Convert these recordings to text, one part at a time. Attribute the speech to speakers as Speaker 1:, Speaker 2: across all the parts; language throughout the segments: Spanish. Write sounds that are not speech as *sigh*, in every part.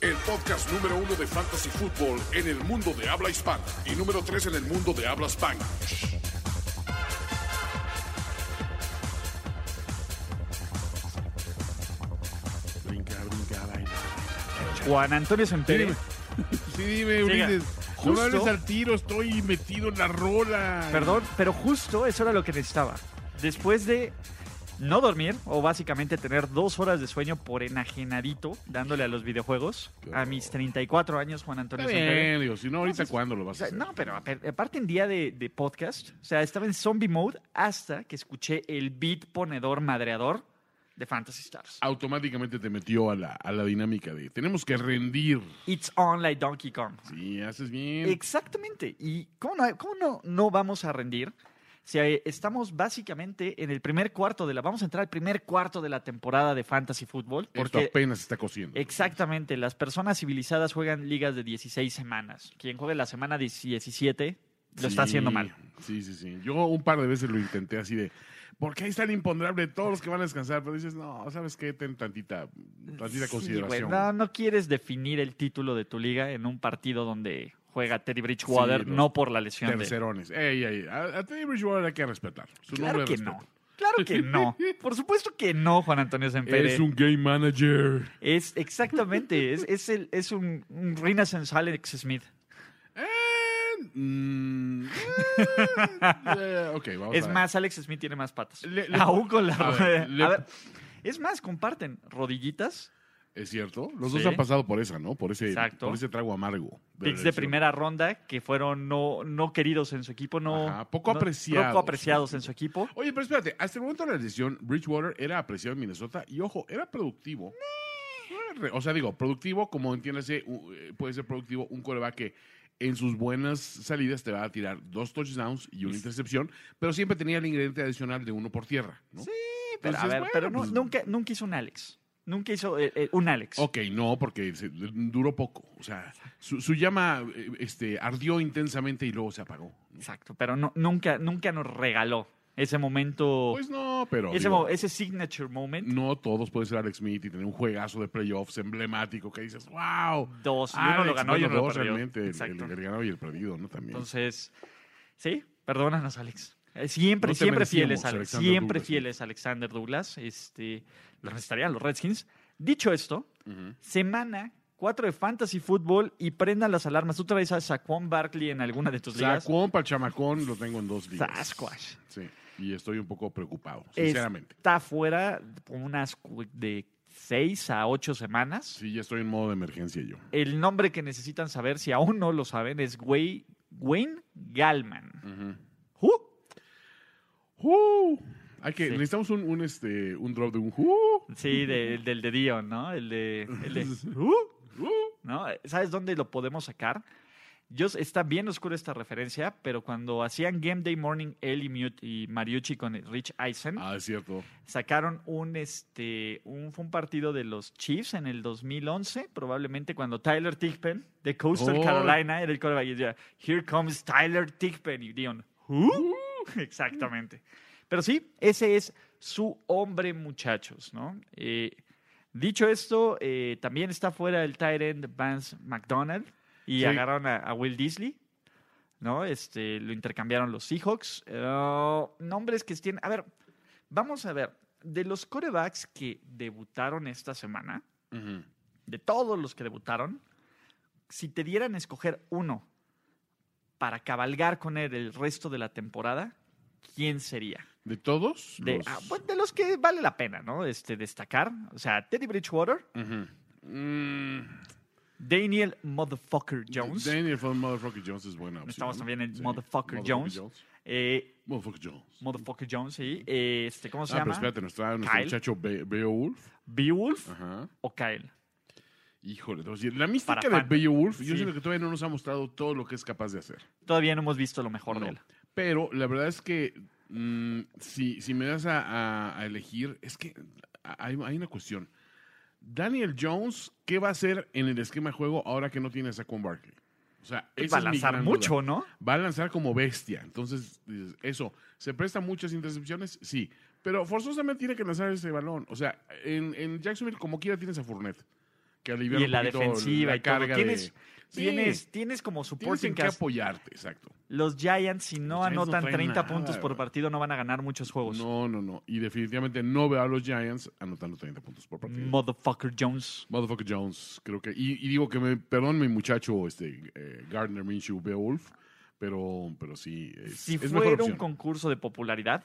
Speaker 1: El podcast número uno de Fantasy Football en el mundo de habla hispana y número tres en el mundo de habla hispana.
Speaker 2: Brinca, brinca, vaina.
Speaker 3: Juan Antonio Sempere.
Speaker 2: *laughs* Sí, dime,
Speaker 3: Siga.
Speaker 2: Ulises. No me
Speaker 3: Justo.
Speaker 2: hables al tiro, estoy metido en la rola.
Speaker 3: Perdón, pero justo eso era lo que necesitaba. Después de no dormir, o básicamente tener dos horas de sueño por enajenadito, dándole a los videojuegos, a mis 34 años, Juan Antonio
Speaker 2: Está
Speaker 3: Sempere.
Speaker 2: bien, digo, si no, ahorita cuándo lo
Speaker 3: O
Speaker 2: vas a
Speaker 3: sea,
Speaker 2: hacer.
Speaker 3: no, pero ape- aparte en día de, de podcast, o sea, estaba en zombie mode hasta que escuché el beat ponedor madreador de Fantasy Stars.
Speaker 2: Automáticamente te metió a la, a la dinámica de tenemos que rendir.
Speaker 3: It's on like Donkey Kong.
Speaker 2: Sí, haces bien.
Speaker 3: Exactamente. ¿Y cómo no, cómo no, no vamos a rendir? Si eh, estamos básicamente en el primer cuarto de la... Vamos a entrar al primer cuarto de la temporada de Fantasy Football.
Speaker 2: Esto
Speaker 3: Porque
Speaker 2: apenas está cociendo.
Speaker 3: exactamente, las personas civilizadas juegan ligas de 16 semanas. Quien juegue la semana 17 lo está
Speaker 2: Sí,
Speaker 3: haciendo mal.
Speaker 2: Sí, sí, sí. Yo un par de veces lo intenté así de, ¿por qué es tan imponderable todos los que van a descansar? Pero dices, no, ¿sabes qué? Ten tantita, tantita
Speaker 3: Sí,
Speaker 2: consideración.
Speaker 3: güey, no, no quieres definir el título de tu liga en un partido donde juega Teddy Bridgewater,
Speaker 2: Sí, los
Speaker 3: no por la lesión de...
Speaker 2: Tercerones. Ey, ey, a, a Teddy Bridgewater hay que respetar. Su
Speaker 3: Claro
Speaker 2: nombre
Speaker 3: que
Speaker 2: respeto.
Speaker 3: no. Claro
Speaker 2: *laughs*
Speaker 3: que no. Por supuesto que no, Juan Antonio Sempere.
Speaker 2: Es un game manager.
Speaker 3: Es exactamente, es, es, el, es un, un Renaissance Alex Smith.
Speaker 2: Eh, mm, eh, *laughs* eh, ok, vamos a
Speaker 3: es
Speaker 2: ver.
Speaker 3: más, Alex Smith tiene más patas.
Speaker 2: Le- le-
Speaker 3: Aún con la
Speaker 2: a ver,
Speaker 3: rodilla.
Speaker 2: le-
Speaker 3: A ver, es más, comparten rodillitas,
Speaker 2: Es cierto. Los
Speaker 3: Sí.
Speaker 2: dos han pasado por esa, ¿no? Por ese,
Speaker 3: Exacto.
Speaker 2: por ese trago amargo. la
Speaker 3: picks de
Speaker 2: lesión.
Speaker 3: primera ronda que fueron no, no queridos en su equipo, no
Speaker 2: Ajá, poco
Speaker 3: no-
Speaker 2: apreciados.
Speaker 3: poco apreciados en su equipo.
Speaker 2: Oye, pero espérate, hasta el momento de la decisión, Bridgewater era apreciado en Minnesota y ojo, era productivo. No era re- O sea, digo, productivo, como entiéndase, u- eh, puede ser productivo un coreback que en sus buenas salidas te va a tirar dos touchdowns y una intercepción, pero siempre tenía el ingrediente adicional de uno por tierra. ¿no? Sí, pues
Speaker 3: Pero, a ver, pero no- nunca, nunca hizo un Alex. Nunca hizo eh, eh, un Alex.
Speaker 2: Ok, no, porque se- duró poco. O sea, su, su llama eh, este, ardió intensamente y luego se apagó.
Speaker 3: Exacto, pero no, nunca, nunca nos regaló ese momento,
Speaker 2: Pues no, pero.
Speaker 3: Oh. ese,
Speaker 2: digo,
Speaker 3: mo- ese signature moment.
Speaker 2: no todos pueden ser Alex Smith y tener un juegazo de playoffs emblemático que dices, wow.
Speaker 3: Dos, y uno lo ganó y uno lo perdió.
Speaker 2: Ah, realmente, el- el,
Speaker 3: Exacto.
Speaker 2: el ganado y el perdido, ¿no? También.
Speaker 3: Entonces, sí, perdónanos, Alex. Eh, Siempre,
Speaker 2: No te
Speaker 3: siempre
Speaker 2: merecíamos,
Speaker 3: fieles, Alex.
Speaker 2: Alexander
Speaker 3: siempre
Speaker 2: Douglas.
Speaker 3: fieles, Alexander Douglas. Este, lo necesitarían los Redskins. Dicho esto,
Speaker 2: Ujú.
Speaker 3: semana 4 de Fantasy Football y prendan las alarmas. Tú traes a Saquon Barkley en alguna de tus ligas.
Speaker 2: Saquon para chamacón lo tengo en dos ligas.
Speaker 3: Sasquatch.
Speaker 2: Sí, y estoy un poco preocupado, sinceramente.
Speaker 3: Está fuera con unas cu- de 6 a 8 semanas.
Speaker 2: Sí, ya estoy en modo de emergencia yo.
Speaker 3: El nombre que necesitan saber, si aún no lo saben, es Wayne, Wayne Gallman.
Speaker 2: Ujú.
Speaker 3: ¡Uh!
Speaker 2: ¡Uh! Hay que,
Speaker 3: Sí.
Speaker 2: necesitamos un, un, este, un drop de un ¡uh!
Speaker 3: Sí, de- el del de Dion, ¿no? El de.
Speaker 2: *laughs*
Speaker 3: El de
Speaker 2: ¡Uh! ¡Uh!
Speaker 3: ¿no? ¿Sabes dónde lo podemos sacar? Yo, s- está bien oscura esta referencia, pero cuando hacían Game Day Morning, él y, Miu- y Mariucci con el Rich Eisen
Speaker 2: Ah, es cierto.
Speaker 3: sacaron un, este, un, fue un partido de los Chiefs en el 2011, probablemente cuando Tyler Thigpen de Coastal
Speaker 2: Oh.
Speaker 3: Carolina era el quarterback y decía, Here comes Tyler Thigpen y Dion, "Who?" *laughs* Exactamente. Pero sí, ese es su hombre, muchachos, ¿no? Eh, dicho esto, eh, también está fuera el tight end Vance McDonald y
Speaker 2: Sí.
Speaker 3: agarraron a, a Will Disley, ¿no? Este, lo intercambiaron los Seahawks. Eh, nombres que tienen... A ver, vamos a ver. De los corebacks que debutaron esta semana,
Speaker 2: Ujú.
Speaker 3: de todos los que debutaron, si te dieran a escoger uno para cabalgar con él el resto de la temporada, ¿quién sería?
Speaker 2: ¿De todos?
Speaker 3: De,
Speaker 2: los-
Speaker 3: ah, pues, de los que vale la pena, ¿no? Este, destacar. O sea, Teddy Bridgewater,
Speaker 2: Ujú. Mm.
Speaker 3: Daniel Motherfucker Jones.
Speaker 2: Daniel from Motherfucker Jones es buena opción.
Speaker 3: Estamos
Speaker 2: ¿no?
Speaker 3: también en
Speaker 2: Sí.
Speaker 3: Motherfucker Jones. eh,
Speaker 2: Motherfucker Jones.
Speaker 3: Motherfucker Jones, sí. Eh, este, ¿Cómo se
Speaker 2: ah, pero
Speaker 3: llama?
Speaker 2: espérate, nuestro, nuestro
Speaker 3: Kyle.
Speaker 2: Ah. muchacho Be- Beowulf.
Speaker 3: ¿Beowulf
Speaker 2: Ajá.
Speaker 3: o Kyle?
Speaker 2: Híjole, te voy a decir, la mística
Speaker 3: Para
Speaker 2: de
Speaker 3: fan.
Speaker 2: Beowulf, yo
Speaker 3: Sí.
Speaker 2: siento que todavía no nos ha mostrado todo lo que es capaz de hacer.
Speaker 3: Todavía no hemos visto lo mejor
Speaker 2: No.
Speaker 3: de él.
Speaker 2: Pero la verdad es que mm, si, si me das a, a- a elegir, es que hay, hay una cuestión. Daniel Jones, ¿qué va a hacer en el esquema de juego ahora que no tiene a Saquon Barkley? O sea, esa
Speaker 3: Va a
Speaker 2: es mi
Speaker 3: lanzar
Speaker 2: gran
Speaker 3: mucho,
Speaker 2: duda.
Speaker 3: ¿no?
Speaker 2: Va a lanzar como bestia. Entonces, dices, eso, ¿se presta muchas intercepciones? Sí. Pero forzosamente tiene que lanzar ese balón. O sea, en, en Jacksonville, como quiera, tienes a Fournette. Que alivia
Speaker 3: Y
Speaker 2: un
Speaker 3: en la
Speaker 2: poquito
Speaker 3: defensiva
Speaker 2: la
Speaker 3: y todo.
Speaker 2: carga de-
Speaker 3: Tienes,
Speaker 2: Sí,
Speaker 3: tienes, tienes como
Speaker 2: tienes
Speaker 3: supporting
Speaker 2: en qué
Speaker 3: cast.
Speaker 2: apoyarte, exacto.
Speaker 3: Los Giants, si no
Speaker 2: Los Giants no
Speaker 3: anotan
Speaker 2: traen
Speaker 3: 30
Speaker 2: nada,
Speaker 3: puntos por
Speaker 2: güey.
Speaker 3: partido, no van a ganar muchos juegos.
Speaker 2: No, no, no. Y definitivamente no veo a los Giants anotando 30 puntos por partido.
Speaker 3: Motherfucker Jones.
Speaker 2: Motherfucker Jones, creo que. Y, y digo que me. Perdón, mi muchacho, este. eh, Gardner Minshew Beowulf. Pero, pero sí. Es,
Speaker 3: Si
Speaker 2: es mejor
Speaker 3: fuera un
Speaker 2: opción.
Speaker 3: concurso de popularidad,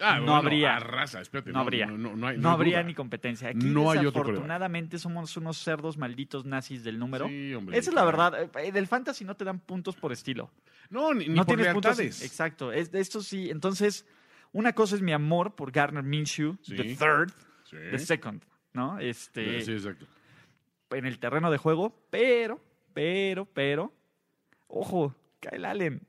Speaker 2: Ah,
Speaker 3: no
Speaker 2: bueno,
Speaker 3: habría.
Speaker 2: arrasa, espérate,
Speaker 3: no habría.
Speaker 2: No,
Speaker 3: No,
Speaker 2: no- no hay- hay
Speaker 3: habría
Speaker 2: duda.
Speaker 3: ni competencia. Aquí,
Speaker 2: No hay otro coreback.
Speaker 3: desafortunadamente, somos unos cerdos malditos nazis del número.
Speaker 2: Sí, hombre.
Speaker 3: Esa es la verdad. Eh, Del fantasy no te dan puntos por estilo.
Speaker 2: No, ni, ni
Speaker 3: no
Speaker 2: por
Speaker 3: tienes puntos.
Speaker 2: lealtades.
Speaker 3: Exacto. Es- esto sí. Entonces, una cosa es mi amor por Garner Minshew,
Speaker 2: Sí.
Speaker 3: the third,
Speaker 2: Sí.
Speaker 3: the second, ¿no? Este,
Speaker 2: Sí, exacto.
Speaker 3: En el terreno de juego, pero, pero, pero, ojo, Kyle Allen.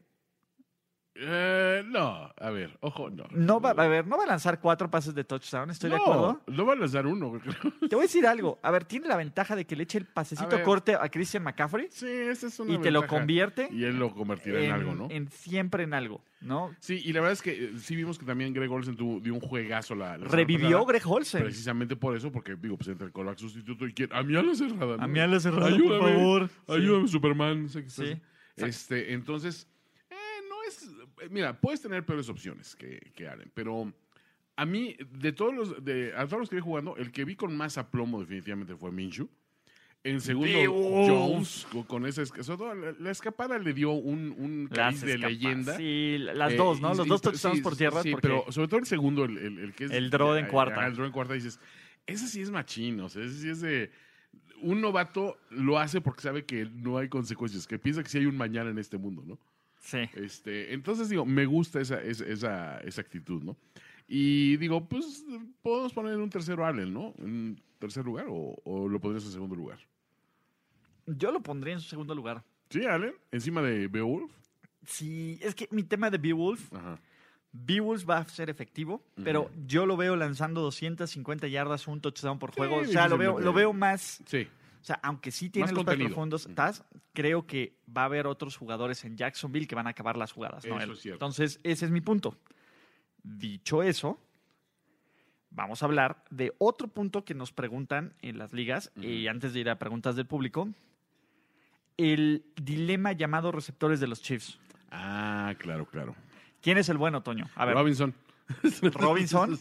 Speaker 2: Eh, no, a ver, ojo, no.
Speaker 3: No va, a ver, no va a lanzar cuatro pases de touchdown, estoy de
Speaker 2: No,
Speaker 3: acuerdo.
Speaker 2: No va a lanzar uno, creo.
Speaker 3: Te voy a decir algo. A ver, tiene la ventaja de que le eche el pasecito
Speaker 2: ver.
Speaker 3: corte a Christian McCaffrey
Speaker 2: *laughs* Sí, esa es
Speaker 3: y
Speaker 2: una
Speaker 3: te lo
Speaker 2: ventaja.
Speaker 3: convierte
Speaker 2: Y él lo convertirá en algo, ¿no?
Speaker 3: en siempre en algo, ¿no?
Speaker 2: Sí, y la verdad es que eh, sí vimos que también Greg Olsen tuvo, dio un juegazo la, la semana
Speaker 3: Revivió
Speaker 2: pasada,
Speaker 3: Greg Olsen.
Speaker 2: Precisamente por eso, porque digo, pues entre el callback sustituto y quién. A mí a la cerrada. ¿no?
Speaker 3: A mí a la cerrada,
Speaker 2: Ayúdame,
Speaker 3: por favor.
Speaker 2: Ayúdame, Superman. sé que estás-
Speaker 3: Sí.
Speaker 2: Este, entonces, eh, no es. eh, Mira, puedes tener peores opciones que, que Allen, pero a mí, de todos los, de, a todos los que vi jugando, el que vi con más aplomo definitivamente fue Minshew. En segundo,
Speaker 3: Dios.
Speaker 2: Jones, con, con esa esca- sobre todo, la, la escapada le dio un, un
Speaker 3: Las
Speaker 2: cariz de
Speaker 3: escapas.
Speaker 2: leyenda.
Speaker 3: Sí, las
Speaker 2: Eh,
Speaker 3: dos, ¿no?
Speaker 2: y-
Speaker 3: Los
Speaker 2: y-
Speaker 3: dos touchdowns
Speaker 2: sí,
Speaker 3: por tierra.
Speaker 2: Sí,
Speaker 3: porque
Speaker 2: pero sobre todo el segundo, el, el- el que es.
Speaker 3: El draw en
Speaker 2: ah,
Speaker 3: cuarta.
Speaker 2: ajá, el draw en cuarta dices, ese sí es machín, o sea, ese sí es de. Un novato lo hace porque sabe que no hay consecuencias, que piensa que sí hay un mañana en este mundo, ¿no?
Speaker 3: sí.
Speaker 2: Este, entonces digo, me gusta esa, esa, esa, esa actitud, ¿no? Y digo, pues podemos poner en un tercero Allen, ¿no? En tercer lugar o, o lo pondrías en segundo lugar.
Speaker 3: Yo lo pondría en su segundo lugar.
Speaker 2: Sí, Allen, encima de Beowulf.
Speaker 3: Sí, es que mi tema de Beowulf,
Speaker 2: Ajá.
Speaker 3: Beowulf va a ser efectivo, pero yo lo veo lanzando 250 yardas, un touchdown por juego. o sea, lo veo, lo
Speaker 2: difícilmente.
Speaker 3: veo más.
Speaker 2: Sí.
Speaker 3: O sea, aunque sí tiene
Speaker 2: Más
Speaker 3: los pases
Speaker 2: contenido.
Speaker 3: profundos, Taz, creo que va a haber otros jugadores en Jacksonville que van a acabar las jugadas. ¿no?
Speaker 2: Eso
Speaker 3: Él.
Speaker 2: es cierto.
Speaker 3: Entonces, ese es mi punto. Dicho eso, vamos a hablar de otro punto que nos preguntan en las ligas, y antes de ir a preguntas del público, el dilema llamado receptores de los Chiefs.
Speaker 2: Ah, claro, claro.
Speaker 3: ¿Quién es el bueno, Toño? A ver,
Speaker 2: Robinson. *laughs*
Speaker 3: Robinson,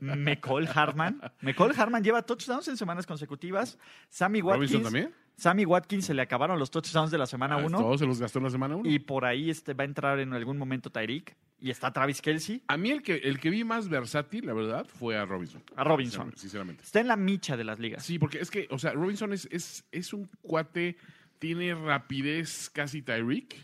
Speaker 3: McCall Hartman. McCall Hartman lleva touchdowns en semanas consecutivas. Sammy Watkins.
Speaker 2: ¿Robinson también?
Speaker 3: Sammy Watkins se le acabaron los touchdowns de la semana
Speaker 2: Ah,
Speaker 3: 1
Speaker 2: Todos se los gastó en la semana 1.
Speaker 3: y por ahí este, va a entrar en algún momento Tyreek y está Travis Kelsey
Speaker 2: A mí el que, el que vi más versátil, la verdad, fue a Robinson.
Speaker 3: a Robinson.
Speaker 2: Sinceramente.
Speaker 3: Está en la micha de las ligas.
Speaker 2: Sí, porque es que, o sea, Robinson es, es, es un cuate, tiene rapidez casi Tyreek,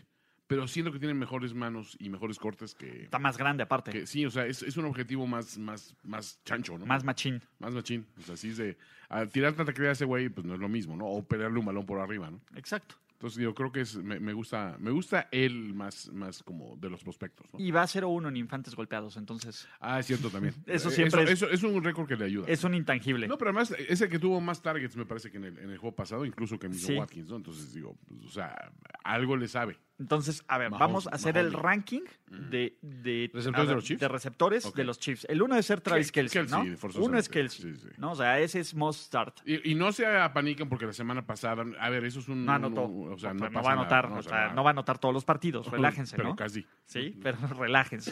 Speaker 2: pero siento que tiene mejores manos y mejores cortes que...
Speaker 3: Está más grande aparte,
Speaker 2: que- sí, o sea, es, es un objetivo más, más, más chancho, ¿no?
Speaker 3: más machín.
Speaker 2: Más machín. O sea, sí es de... a tirar tanta creatividad a ese güey, pues no es lo mismo, ¿no? O pelearle un balón por arriba, ¿no?
Speaker 3: Exacto.
Speaker 2: Entonces yo creo que es, me, me gusta me gusta él más, más como de los prospectos, ¿no?
Speaker 3: Y va a 0-1 en infantes golpeados, entonces
Speaker 2: Ah, es cierto también.
Speaker 3: *laughs* Eso
Speaker 2: Eh,
Speaker 3: siempre
Speaker 2: eso, eso es un récord que le ayuda.
Speaker 3: es un intangible.
Speaker 2: No, pero además es el que tuvo más targets, me parece, que en el, en el juego pasado, incluso que Mijo
Speaker 3: Sí.
Speaker 2: Watkins, ¿no? Entonces digo, pues, o sea, algo le sabe.
Speaker 3: Entonces, a ver,
Speaker 2: Mahomes-
Speaker 3: vamos a hacer el
Speaker 2: Mahomes. Mm.
Speaker 3: ranking de, de-
Speaker 2: ¿Receptores
Speaker 3: a ver,
Speaker 2: de los Chiefs?
Speaker 3: de receptores
Speaker 2: Ok.
Speaker 3: de los Chiefs. El uno es ser Travis
Speaker 2: Ke-
Speaker 3: Kelsey,
Speaker 2: Kelsey,
Speaker 3: ¿no?
Speaker 2: forzosamente.
Speaker 3: Uno es Kelsey,
Speaker 2: Sí, sí.
Speaker 3: ¿no? O sea, ese es must start.
Speaker 2: Y, y no se apaniquen porque la semana pasada, a ver, eso es un...
Speaker 3: No anotó.
Speaker 2: un- o sea,
Speaker 3: no,
Speaker 2: no,
Speaker 3: no
Speaker 2: pasa
Speaker 3: va a
Speaker 2: nada,
Speaker 3: anotar,
Speaker 2: no,
Speaker 3: o
Speaker 2: o sea,
Speaker 3: sea,
Speaker 2: nada.
Speaker 3: no va a anotar todos los partidos. Relájense,
Speaker 2: Pero
Speaker 3: ¿no?
Speaker 2: casi.
Speaker 3: Sí, pero *laughs* relájense.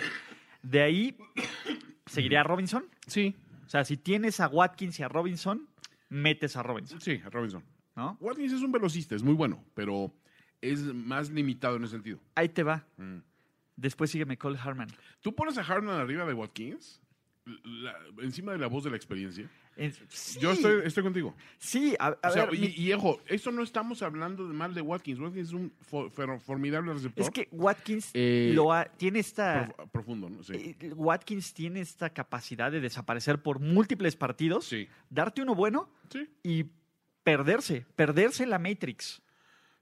Speaker 2: *coughs*
Speaker 3: De ahí seguiría Robinson.
Speaker 2: Sí,
Speaker 3: O sea, si tienes a Watkins y a Robinson, metes a Robinson,
Speaker 2: sí, Robinson.
Speaker 3: ¿no?
Speaker 2: Watkins es un velocista, es muy bueno, pero es más limitado en ese sentido.
Speaker 3: Ahí te va.
Speaker 2: Mm.
Speaker 3: Después sigue McCall Harman.
Speaker 2: ¿Tú pones a Harman arriba de Watkins? La- encima de la voz de la experiencia.
Speaker 3: Es- sí,
Speaker 2: Yo estoy, estoy contigo.
Speaker 3: Sí, a, a
Speaker 2: O sea,
Speaker 3: ver,
Speaker 2: y,
Speaker 3: mi-
Speaker 2: y, ojo, esto no estamos hablando de mal de Watkins. Watkins es un fo- fer- formidable receptor.
Speaker 3: es que Watkins
Speaker 2: Eh,
Speaker 3: lo ha- tiene esta.
Speaker 2: Prof- profundo, ¿no? Sí.
Speaker 3: eh, Watkins tiene esta capacidad de desaparecer por múltiples partidos,
Speaker 2: Sí.
Speaker 3: darte uno bueno
Speaker 2: Sí.
Speaker 3: y perderse, perderse la Matrix.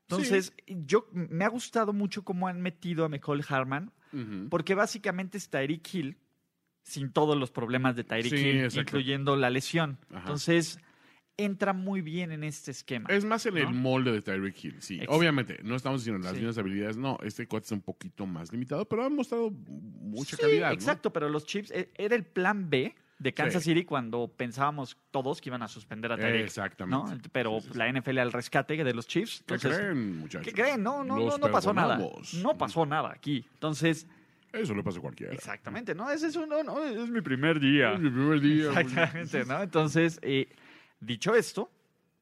Speaker 3: Entonces, yo me ha gustado mucho cómo han metido a Michael Harman,
Speaker 2: Ujú.
Speaker 3: porque básicamente es Tyreek Hill sin todos los problemas de Tyreek
Speaker 2: Sí,
Speaker 3: Hill,
Speaker 2: exacto.
Speaker 3: incluyendo la lesión.
Speaker 2: Ajá.
Speaker 3: Entonces, entra muy bien en este esquema.
Speaker 2: Es más en el
Speaker 3: ¿no?
Speaker 2: molde de Tyreek Hill, sí.
Speaker 3: Ex-
Speaker 2: Obviamente, no estamos diciendo las
Speaker 3: Sí.
Speaker 2: mismas habilidades. No, este cuate es un poquito más limitado, pero ha mostrado mucha
Speaker 3: Sí,
Speaker 2: calidad. ¿no?
Speaker 3: Exacto, pero los Chips eh, era el plan B de Kansas
Speaker 2: Sí.
Speaker 3: City cuando pensábamos todos que iban a suspender a Tyreek.
Speaker 2: Exactamente.
Speaker 3: ¿no? Pero pues,
Speaker 2: Sí, sí, sí.
Speaker 3: la NFL al rescate de los Chiefs.
Speaker 2: ¿Qué
Speaker 3: entonces,
Speaker 2: creen, muchachos?
Speaker 3: ¿Qué creen? No, no, no,
Speaker 2: Los
Speaker 3: no pasó nada.
Speaker 2: perdonamos.
Speaker 3: No pasó nada aquí. Entonces,
Speaker 2: Eso le pasa a cualquiera.
Speaker 3: exactamente, ¿no? Ese es un, no, no, es mi primer día.
Speaker 2: Es mi primer día. güey.
Speaker 3: Exactamente, ¿no? Entonces, eh, dicho esto,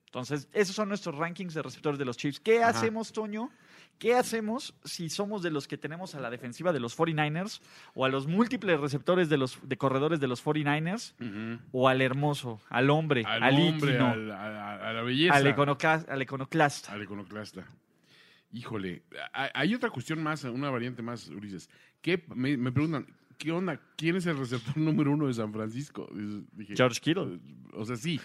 Speaker 3: entonces, esos son nuestros rankings de receptores de los Chiefs. ¿Qué
Speaker 2: Ajá.
Speaker 3: hacemos, Toño? ¿Qué hacemos si somos de los que tenemos a la defensiva de los 49ers o a los múltiples receptores de los de corredores de los 49ers
Speaker 2: Ujú.
Speaker 3: o al hermoso, al hombre, al,
Speaker 2: Al, hombre,
Speaker 3: ícono,
Speaker 2: al- a, a- a la belleza.
Speaker 3: al iconocla- al iconoclasta?
Speaker 2: Al iconoclasta. Híjole, hay- hay otra cuestión más, una variante más, Ulises. ¿Qué, me, me preguntan, ¿qué onda? ¿Quién es el receptor *laughs* número uno de San Francisco? Y Dije, eh,
Speaker 3: George Kittle.
Speaker 2: O sea, sí,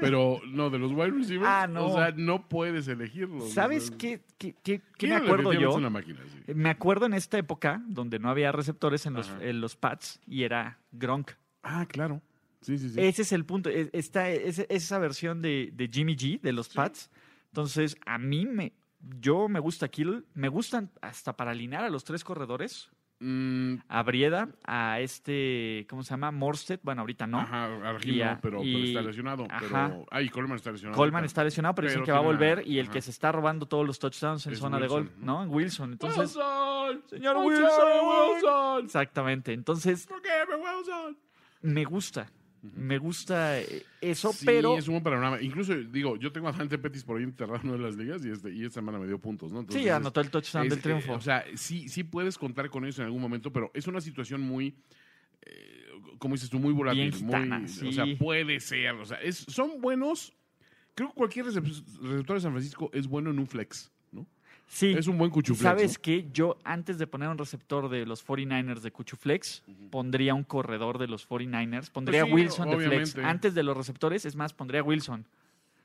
Speaker 2: pero no, de los wide receivers.
Speaker 3: Ah, no.
Speaker 2: O sea, no puedes elegirlos.
Speaker 3: ¿Sabes
Speaker 2: O sea,
Speaker 3: qué, qué- qué- qué
Speaker 2: Kittle
Speaker 3: me acuerdo
Speaker 2: definitivamente
Speaker 3: yo? Eh,
Speaker 2: es una máquina, sí.
Speaker 3: Me acuerdo en esta época donde no había receptores en los,
Speaker 2: Ajá.
Speaker 3: en los pads y era Gronk.
Speaker 2: Ah, claro. Sí, sí, sí.
Speaker 3: Ese es el punto. e- Esta, es- esa versión de, de Jimmy G de los pads. Entonces, a mí me. Yo me gusta Kittle, me gustan hasta para alinear a los tres corredores,
Speaker 2: Mm,
Speaker 3: a Brieda, a este, ¿cómo se llama? Morstead, bueno, ahorita no.
Speaker 2: Ajá, Argil
Speaker 3: Y a-
Speaker 2: no, pero,
Speaker 3: y-
Speaker 2: pero está lesionado.
Speaker 3: ajá.
Speaker 2: Pero, ay, Coleman está lesionado.
Speaker 3: Coleman
Speaker 2: ahorita.
Speaker 3: está lesionado, pero, dicen
Speaker 2: Pero
Speaker 3: que va a
Speaker 2: tiene una-
Speaker 3: volver y el
Speaker 2: ajá.
Speaker 3: que se está robando todos los touchdowns en
Speaker 2: Es
Speaker 3: zona de gol,
Speaker 2: Wilson,
Speaker 3: ¿no? Wilson. Entonces,
Speaker 2: ¡Wilson! ¡Señor
Speaker 3: Señor Wilson.
Speaker 2: Wilson!
Speaker 3: exactamente. Entonces,
Speaker 2: ¿Por qué, me Wilson?
Speaker 3: me gusta. Me gusta eh, eso,
Speaker 2: Sí,
Speaker 3: pero
Speaker 2: es un buen panorama. Incluso, digo, yo tengo a Dante Pettis por ahí enterrado en una de las ligas y, este, y esta semana me dio puntos, ¿no? Entonces,
Speaker 3: sí, anotó el touchdown
Speaker 2: pues, es-
Speaker 3: del triunfo.
Speaker 2: eh, o sea, sí, sí puedes contar con eso en algún momento, pero es una situación muy, eh, como dices tú, muy volátil.
Speaker 3: Bien gitana,
Speaker 2: muy,
Speaker 3: sí.
Speaker 2: O sea, puede ser. O sea, es- son buenos. Creo que cualquier recep- receptor de San Francisco es bueno en un flex, ¿no?
Speaker 3: sí,
Speaker 2: Es un buen cuchuflex.
Speaker 3: ¿sabes
Speaker 2: ¿no?
Speaker 3: qué? Yo antes de poner un receptor de los 49ers de Cuchuflex, pondría un corredor de los 49ers, pondría
Speaker 2: sí,
Speaker 3: Wilson de flex.
Speaker 2: obviamente.
Speaker 3: Antes de los receptores, es más, pondría Wilson.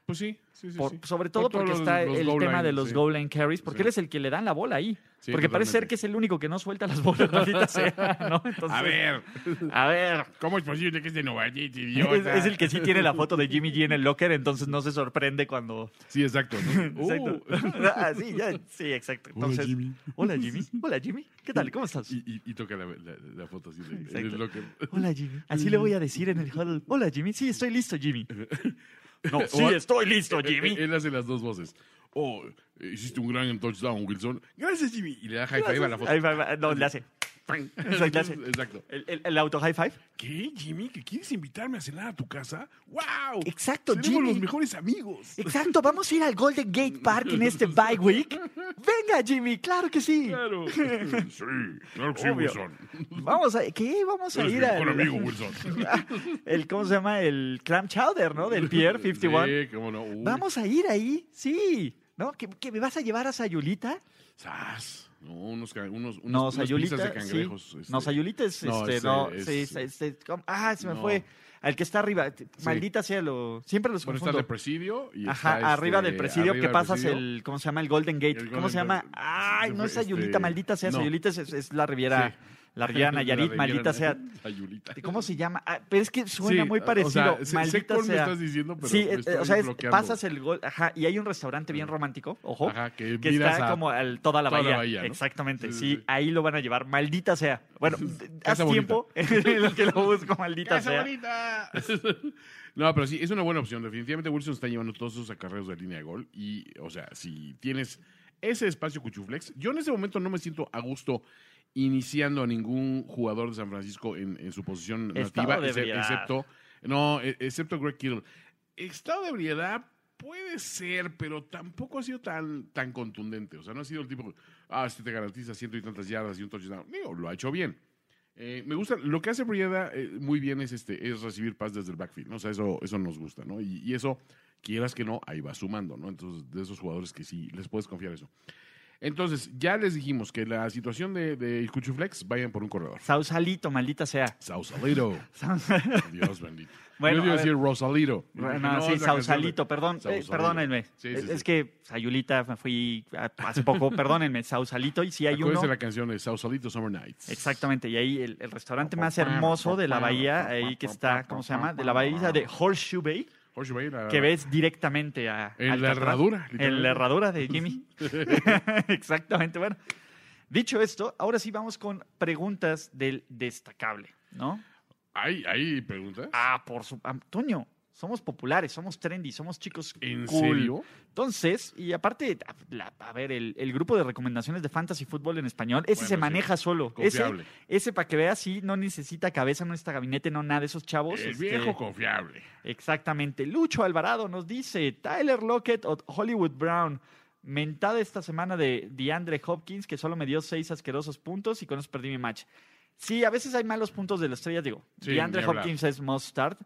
Speaker 2: Pues sí, sí, sí.
Speaker 3: Por-
Speaker 2: sí.
Speaker 3: Sobre todo
Speaker 2: Por todos
Speaker 3: porque
Speaker 2: los-
Speaker 3: está
Speaker 2: los
Speaker 3: el
Speaker 2: goal
Speaker 3: tema
Speaker 2: line,
Speaker 3: de los
Speaker 2: sí.
Speaker 3: goal line carries, porque
Speaker 2: Sí.
Speaker 3: eres el que le dan la bola ahí.
Speaker 2: Sí,
Speaker 3: porque parece ser
Speaker 2: totalmente.
Speaker 3: que es el único que no suelta las bolas,
Speaker 2: *laughs*
Speaker 3: maldita sea, ¿no? Entonces,
Speaker 2: A ver,
Speaker 3: A ver.
Speaker 2: ¿cómo es posible que es de Nueva York,
Speaker 3: *laughs* Es,
Speaker 2: idiota?
Speaker 3: es el que sí tiene la foto
Speaker 2: *laughs*
Speaker 3: de Jimmy G en el locker, entonces no se sorprende cuando.
Speaker 2: Sí, exacto. ¿no?
Speaker 3: *laughs* Exacto.
Speaker 2: Uh,
Speaker 3: Ah, sí, ya, sí, exacto. Entonces,
Speaker 2: Jimmy.
Speaker 3: Hola Jimmy. Hola Jimmy. ¿Qué tal? ¿Cómo estás?
Speaker 2: y, y- y toca la, la- la foto así de, en
Speaker 3: Exacto.
Speaker 2: el locker.
Speaker 3: Hola Jimmy. Así le voy a decir en el huddle. Hola Jimmy. Sí, estoy listo Jimmy. *laughs* No, eh, sí,
Speaker 2: O-
Speaker 3: estoy listo
Speaker 2: Él,
Speaker 3: Jimmy.
Speaker 2: él hace las dos voces. Oh, eh, hiciste un gran touchdown, Wilson. Gracias, Jimmy. Y le da high five a la foto.
Speaker 3: eh, Ahí va, ahí va. No, le hace.
Speaker 2: Frank. *laughs*
Speaker 3: Exacto, le hace.
Speaker 2: Exacto.
Speaker 3: El, el- el auto high five.
Speaker 2: ¿Qué, Jimmy? ¿Que quieres invitarme a cenar a tu casa? ¡Wow!
Speaker 3: Exacto,
Speaker 2: Seremos
Speaker 3: Jimmy.
Speaker 2: los mejores amigos.
Speaker 3: Exacto, vamos a ir al Golden Gate Park en este bye week. Venga Jimmy, claro que sí. *laughs*
Speaker 2: Claro. Sí, claro que sí,
Speaker 3: Obvio.
Speaker 2: Wilson.
Speaker 3: Vamos a ¿qué? Vamos a
Speaker 2: Eres mi
Speaker 3: ir
Speaker 2: mejor
Speaker 3: al-
Speaker 2: amigo, Wilson.
Speaker 3: *laughs* el cómo se llama el clam chowder, ¿no? Del *laughs* Pier 51.
Speaker 2: Sí, cómo no. Uy,
Speaker 3: Vamos a ir ahí. Sí. ¿No? ¿Que, que me vas a llevar a Sayulita?
Speaker 2: ¡Sas! No, unos, ca- unos, unos
Speaker 3: No,
Speaker 2: unas
Speaker 3: Sayulita.
Speaker 2: pizzas de
Speaker 3: sí.
Speaker 2: cangrejos. este.
Speaker 3: No, Sayulita es
Speaker 2: No,
Speaker 3: este,
Speaker 2: ese
Speaker 3: no.
Speaker 2: es-
Speaker 3: sí, es- este, ¿cómo? ah, se me
Speaker 2: No.
Speaker 3: fue. Al que está arriba. t- Maldita sea lo. Siempre los
Speaker 2: Bueno, está
Speaker 3: confundo.
Speaker 2: el de presidio. Y
Speaker 3: Ajá,
Speaker 2: está,
Speaker 3: arriba
Speaker 2: este,
Speaker 3: del presidio
Speaker 2: arriba
Speaker 3: que
Speaker 2: del
Speaker 3: pasas
Speaker 2: presidio.
Speaker 3: el. ¿Cómo se llama? El Golden Gate.
Speaker 2: El
Speaker 3: ¿Cómo
Speaker 2: Golden
Speaker 3: se llama?
Speaker 2: Gate.
Speaker 3: Ay, no es
Speaker 2: Este,
Speaker 3: Sayulita, maldita sea.
Speaker 2: no.
Speaker 3: Sayulita es, es- es la Riviera.
Speaker 2: Sí.
Speaker 3: La Riviera
Speaker 2: *laughs*
Speaker 3: Nayarit,
Speaker 2: La
Speaker 3: maldita sea.
Speaker 2: Riviera Sayulita.
Speaker 3: *laughs* ¿Cómo se llama? Ah, pero es que suena
Speaker 2: Sí,
Speaker 3: muy
Speaker 2: o
Speaker 3: parecido.
Speaker 2: sea, sé- sé
Speaker 3: maldita
Speaker 2: cuál me
Speaker 3: sea.
Speaker 2: estás diciendo, pero
Speaker 3: sí,
Speaker 2: me
Speaker 3: eh,
Speaker 2: estoy
Speaker 3: o sea, es-
Speaker 2: bloqueando.
Speaker 3: pasas el gol, ajá, y hay un restaurante bien romántico, ojo,
Speaker 2: Ajá, que
Speaker 3: que
Speaker 2: miras
Speaker 3: está
Speaker 2: a-
Speaker 3: como al, toda la
Speaker 2: toda la
Speaker 3: bahía.
Speaker 2: bahía, ¿no?
Speaker 3: Exactamente,
Speaker 2: Sí,
Speaker 3: sí,
Speaker 2: sí, sí.
Speaker 3: ahí lo van a llevar, maldita sea. Bueno, haz
Speaker 2: Casa
Speaker 3: tiempo *laughs* en lo que lo busco, maldita
Speaker 2: ¡Casa
Speaker 3: sea.
Speaker 2: bonita! *laughs* no, pero sí, es una buena opción. Definitivamente Wilson está llevando todos sus acarreos de línea de gol. Y, o sea, si tienes ese espacio cuchuflex, yo en ese momento no me siento a gusto iniciando a ningún jugador de San Francisco en, en su posición
Speaker 3: Estado
Speaker 2: nativa,
Speaker 3: de
Speaker 2: exce-
Speaker 3: ebriedad.
Speaker 2: excepto, no, e- excepto Greg Kittle. Estado de ebriedad puede ser, pero tampoco ha sido tan, tan contundente. O sea, no ha sido el tipo, ah, este te garantiza ciento y tantas yardas y un touchdown. Digo, lo ha hecho bien. Eh, me gusta, lo que hace Brieda eh, muy bien es este, es recibir paz desde el backfield, ¿no? O sea, eso, eso nos gusta, ¿no? Y, y eso, quieras que no, ahí va sumando, ¿no? Entonces, de esos jugadores que sí, les puedes confiar eso. Entonces, ya les dijimos que la situación de, de Cuchuflex, vayan por un corredor.
Speaker 3: Sausalito, maldita sea. *laughs*
Speaker 2: Sausalito. Dios bendito.
Speaker 3: Bueno,
Speaker 2: Yo iba
Speaker 3: a
Speaker 2: a
Speaker 3: ver.
Speaker 2: decir Rosalito.
Speaker 3: Bueno,
Speaker 2: No,
Speaker 3: sí,
Speaker 2: es la canción de-
Speaker 3: Sausalito, perdón, eh,
Speaker 2: Sausalito.
Speaker 3: perdónenme.
Speaker 2: Sí, sí,
Speaker 3: es,
Speaker 2: sí.
Speaker 3: es que Sayulita me fui a-
Speaker 2: *laughs*
Speaker 3: hace poco, perdónenme, Sausalito, y si hay uno. Eh,
Speaker 2: Acuérdense la canción de Sausalito Summer Nights.
Speaker 3: Exactamente, y ahí el, el restaurante más hermoso de la bahía, ahí que está, ¿cómo se llama? De la bahía de Horseshoe Bay,
Speaker 2: Jorge Bay, la-
Speaker 3: que ves directamente a.
Speaker 2: En la
Speaker 3: Alcatraz.
Speaker 2: herradura,
Speaker 3: En
Speaker 2: literalmente.
Speaker 3: la herradura
Speaker 2: *laughs*
Speaker 3: de Jimmy. *laughs* Exactamente, bueno. Dicho esto, ahora sí vamos con preguntas del destacable, ¿no?
Speaker 2: ¿Hay, hay preguntas?
Speaker 3: Ah, por su. Antonio, somos populares, somos trendy, somos chicos.
Speaker 2: ¿En
Speaker 3: cool.
Speaker 2: serio?
Speaker 3: Entonces, y aparte, a, la- a ver, el, el grupo de recomendaciones de fantasy fútbol en español, ese
Speaker 2: Bueno,
Speaker 3: se
Speaker 2: sí.
Speaker 3: maneja solo.
Speaker 2: Confiable.
Speaker 3: Ese, ese para que veas, sí, no necesita cabeza, no necesita gabinete, no nada de esos chavos.
Speaker 2: El
Speaker 3: este,
Speaker 2: viejo confiable.
Speaker 3: Exactamente. Lucho Alvarado nos dice, Tyler Lockett o Hollywood Brown. Mentada esta semana de DeAndre Hopkins, que solo me dio seis asquerosos puntos y con eso perdí mi match. Sí, a veces hay malos puntos de las estrellas, digo.
Speaker 2: Sí,
Speaker 3: DeAndre
Speaker 2: ni hablar.
Speaker 3: Hopkins es must start.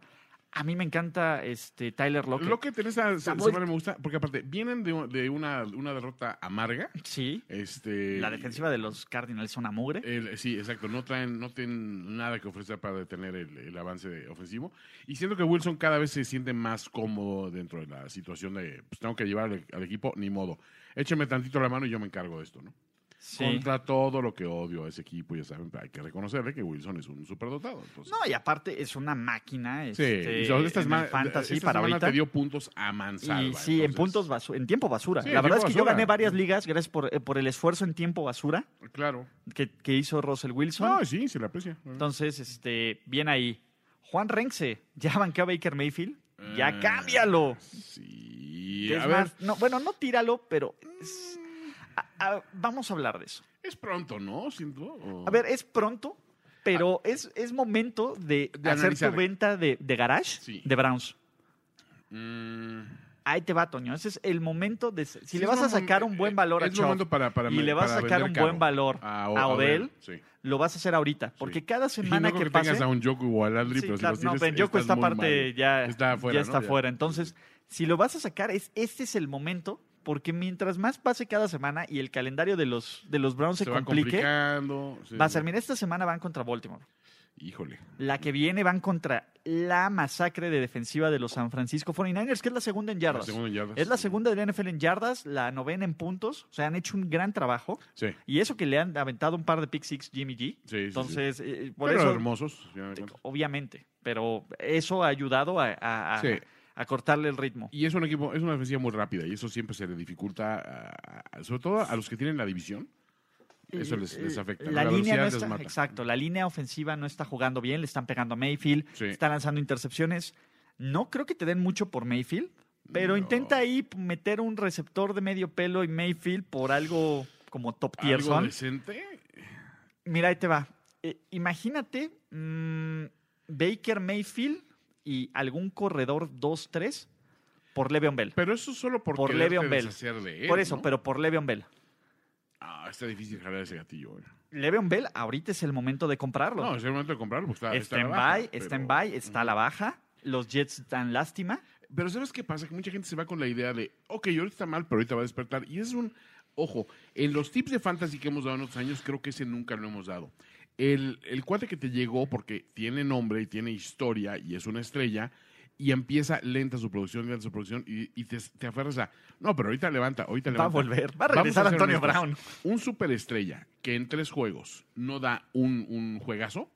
Speaker 3: A mí me encanta este Tyler Lockett.
Speaker 2: Lo que tenés esta se-
Speaker 3: Está
Speaker 2: semana me gusta, porque aparte, vienen de, un- de una, una derrota amarga.
Speaker 3: Sí.
Speaker 2: Este,
Speaker 3: La defensiva de los Cardinals es una mugre.
Speaker 2: el- sí, exacto. No traen, no tienen nada que ofrecer para detener el, el avance de- ofensivo. Y siento que Wilson cada vez se siente más cómodo dentro de la situación de, pues tengo que llevar al, al equipo, ni modo. Écheme tantito la mano y yo me encargo de esto, ¿no?
Speaker 3: Sí.
Speaker 2: Contra todo lo que odio a ese equipo, ya saben, hay que reconocerle que Wilson es un superdotado. Entonces,
Speaker 3: No, y aparte es una máquina.
Speaker 2: sí,
Speaker 3: Este,
Speaker 2: y sobre estas
Speaker 3: en
Speaker 2: ma-
Speaker 3: el fantasy
Speaker 2: esta
Speaker 3: para
Speaker 2: semana
Speaker 3: ahorita.
Speaker 2: te dio puntos a mansalva.
Speaker 3: Y sí, en
Speaker 2: entonces,
Speaker 3: puntos basura, en tiempo basura.
Speaker 2: Sí,
Speaker 3: la
Speaker 2: en
Speaker 3: verdad es
Speaker 2: tiempo
Speaker 3: que yo
Speaker 2: basura.
Speaker 3: gané varias ligas gracias por, eh, por el esfuerzo en tiempo basura
Speaker 2: Claro.
Speaker 3: que, que hizo Russell Wilson.
Speaker 2: No, sí, se le aprecia.
Speaker 3: Entonces, este, bien ahí. Juan Renxe, *laughs* ya banquea a Baker Mayfield. Ya
Speaker 2: Ah,
Speaker 3: cámbialo.
Speaker 2: Sí,
Speaker 3: Es
Speaker 2: a ver,
Speaker 3: más, no, bueno, no tíralo, pero es- a- a- vamos a hablar de eso.
Speaker 2: es pronto, ¿no? Siento, o-
Speaker 3: A ver, es pronto, pero es, es momento de,
Speaker 2: Ah. De
Speaker 3: hacer
Speaker 2: analizar.
Speaker 3: tu venta de, de garage
Speaker 2: Sí.
Speaker 3: de Browns.
Speaker 2: Mm,
Speaker 3: Ahí te va, Toño. Ese es el momento de. Si
Speaker 2: sí,
Speaker 3: le
Speaker 2: es
Speaker 3: vas a
Speaker 2: buen
Speaker 3: sacar
Speaker 2: mom-
Speaker 3: un buen valor a
Speaker 2: es
Speaker 3: Chubb,
Speaker 2: momento para, para
Speaker 3: y le vas a
Speaker 2: para
Speaker 3: sacar
Speaker 2: vender
Speaker 3: un
Speaker 2: caro
Speaker 3: buen valor
Speaker 2: O-
Speaker 3: a Odell,
Speaker 2: sí.
Speaker 3: lo vas a hacer ahorita. Porque
Speaker 2: Sí.
Speaker 3: cada
Speaker 2: Y no
Speaker 3: semana
Speaker 2: creo
Speaker 3: que,
Speaker 2: que,
Speaker 3: pase.
Speaker 2: tengas a un Yoku o a Landry,
Speaker 3: Sí,
Speaker 2: pero si
Speaker 3: claro,
Speaker 2: los
Speaker 3: no,
Speaker 2: tienes,
Speaker 3: Ben Yoko
Speaker 2: estás
Speaker 3: esta
Speaker 2: muy
Speaker 3: parte
Speaker 2: mal.
Speaker 3: ya
Speaker 2: Está afuera,
Speaker 3: ya
Speaker 2: ¿no?
Speaker 3: está
Speaker 2: Ya.
Speaker 3: fuera. Entonces, si lo vas a sacar, es, este es el momento. Porque mientras más pase cada semana y el calendario de los, de los Browns se,
Speaker 2: se va
Speaker 3: complique, va,
Speaker 2: complicando. sí,
Speaker 3: a ser,
Speaker 2: sí.
Speaker 3: mira, esta semana van contra Baltimore.
Speaker 2: Híjole.
Speaker 3: La que viene van contra la masacre de defensiva de los San Francisco 49ers, que es la segunda en
Speaker 2: La
Speaker 3: yardas.
Speaker 2: segunda en yardas.
Speaker 3: Es la segunda de la NFL en yardas, la novena en puntos. O sea, han hecho un gran trabajo.
Speaker 2: Sí. sí,
Speaker 3: Y eso que le han aventado un par de pick six Jimmy G.
Speaker 2: sí, sí.
Speaker 3: Entonces, eh, por
Speaker 2: Pero
Speaker 3: eso,
Speaker 2: hermosos. al final de cuentas.
Speaker 3: obviamente. Pero eso ha ayudado a, a- a-
Speaker 2: Sí.
Speaker 3: a cortarle el ritmo.
Speaker 2: Y es un equipo, es una ofensiva muy rápida y eso siempre se le dificulta, a- a- sobre todo a los que tienen la división. Eso les, les afecta.
Speaker 3: eh, La, línea no
Speaker 2: velocidad
Speaker 3: está,
Speaker 2: les mata.
Speaker 3: exacto, la línea ofensiva no está jugando bien, le están pegando a Mayfield,
Speaker 2: Sí.
Speaker 3: está lanzando intercepciones. No creo que te den mucho por Mayfield, pero
Speaker 2: No.
Speaker 3: intenta ahí meter un receptor de medio pelo y Mayfield por algo como top tier.
Speaker 2: Algo
Speaker 3: son.
Speaker 2: decente.
Speaker 3: Mira, ahí te va. Eh, imagínate mm, Baker Mayfield y algún corredor 2-3 por Le'Veon Bell.
Speaker 2: Pero eso solo por,
Speaker 3: Por
Speaker 2: quererte
Speaker 3: Le'Veon Bell.
Speaker 2: deshacer de él,
Speaker 3: por eso,
Speaker 2: ¿no?
Speaker 3: pero por Le'Veon Bell.
Speaker 2: Ah, está difícil jalar ese gatillo. eh.
Speaker 3: Le'Veon Bell, ahorita es el momento de comprarlo.
Speaker 2: No, es el momento de comprarlo. Pues está, está
Speaker 3: está
Speaker 2: a
Speaker 3: en
Speaker 2: la baja,
Speaker 3: by,
Speaker 2: pero-
Speaker 3: está en by, está a la baja. Los Jets dan lástima.
Speaker 2: Pero ¿sabes qué pasa? Que mucha gente se va con la idea de, ok, ahorita está mal, pero ahorita va a despertar. Y es un, ojo, en los tips de fantasy que hemos dado en otros años, creo que ese nunca lo hemos dado. El, el cuate que te llegó porque tiene nombre y tiene historia y es una estrella y empieza lenta su producción, lenta su producción y, y te, te aferras a, no, pero ahorita levanta, ahorita
Speaker 3: Va a
Speaker 2: levanta.
Speaker 3: volver. Va a
Speaker 2: Vamos
Speaker 3: regresar
Speaker 2: ser
Speaker 3: Antonio
Speaker 2: honestos.
Speaker 3: Brown.
Speaker 2: Un superestrella que en tres juegos no da un, un juegazo,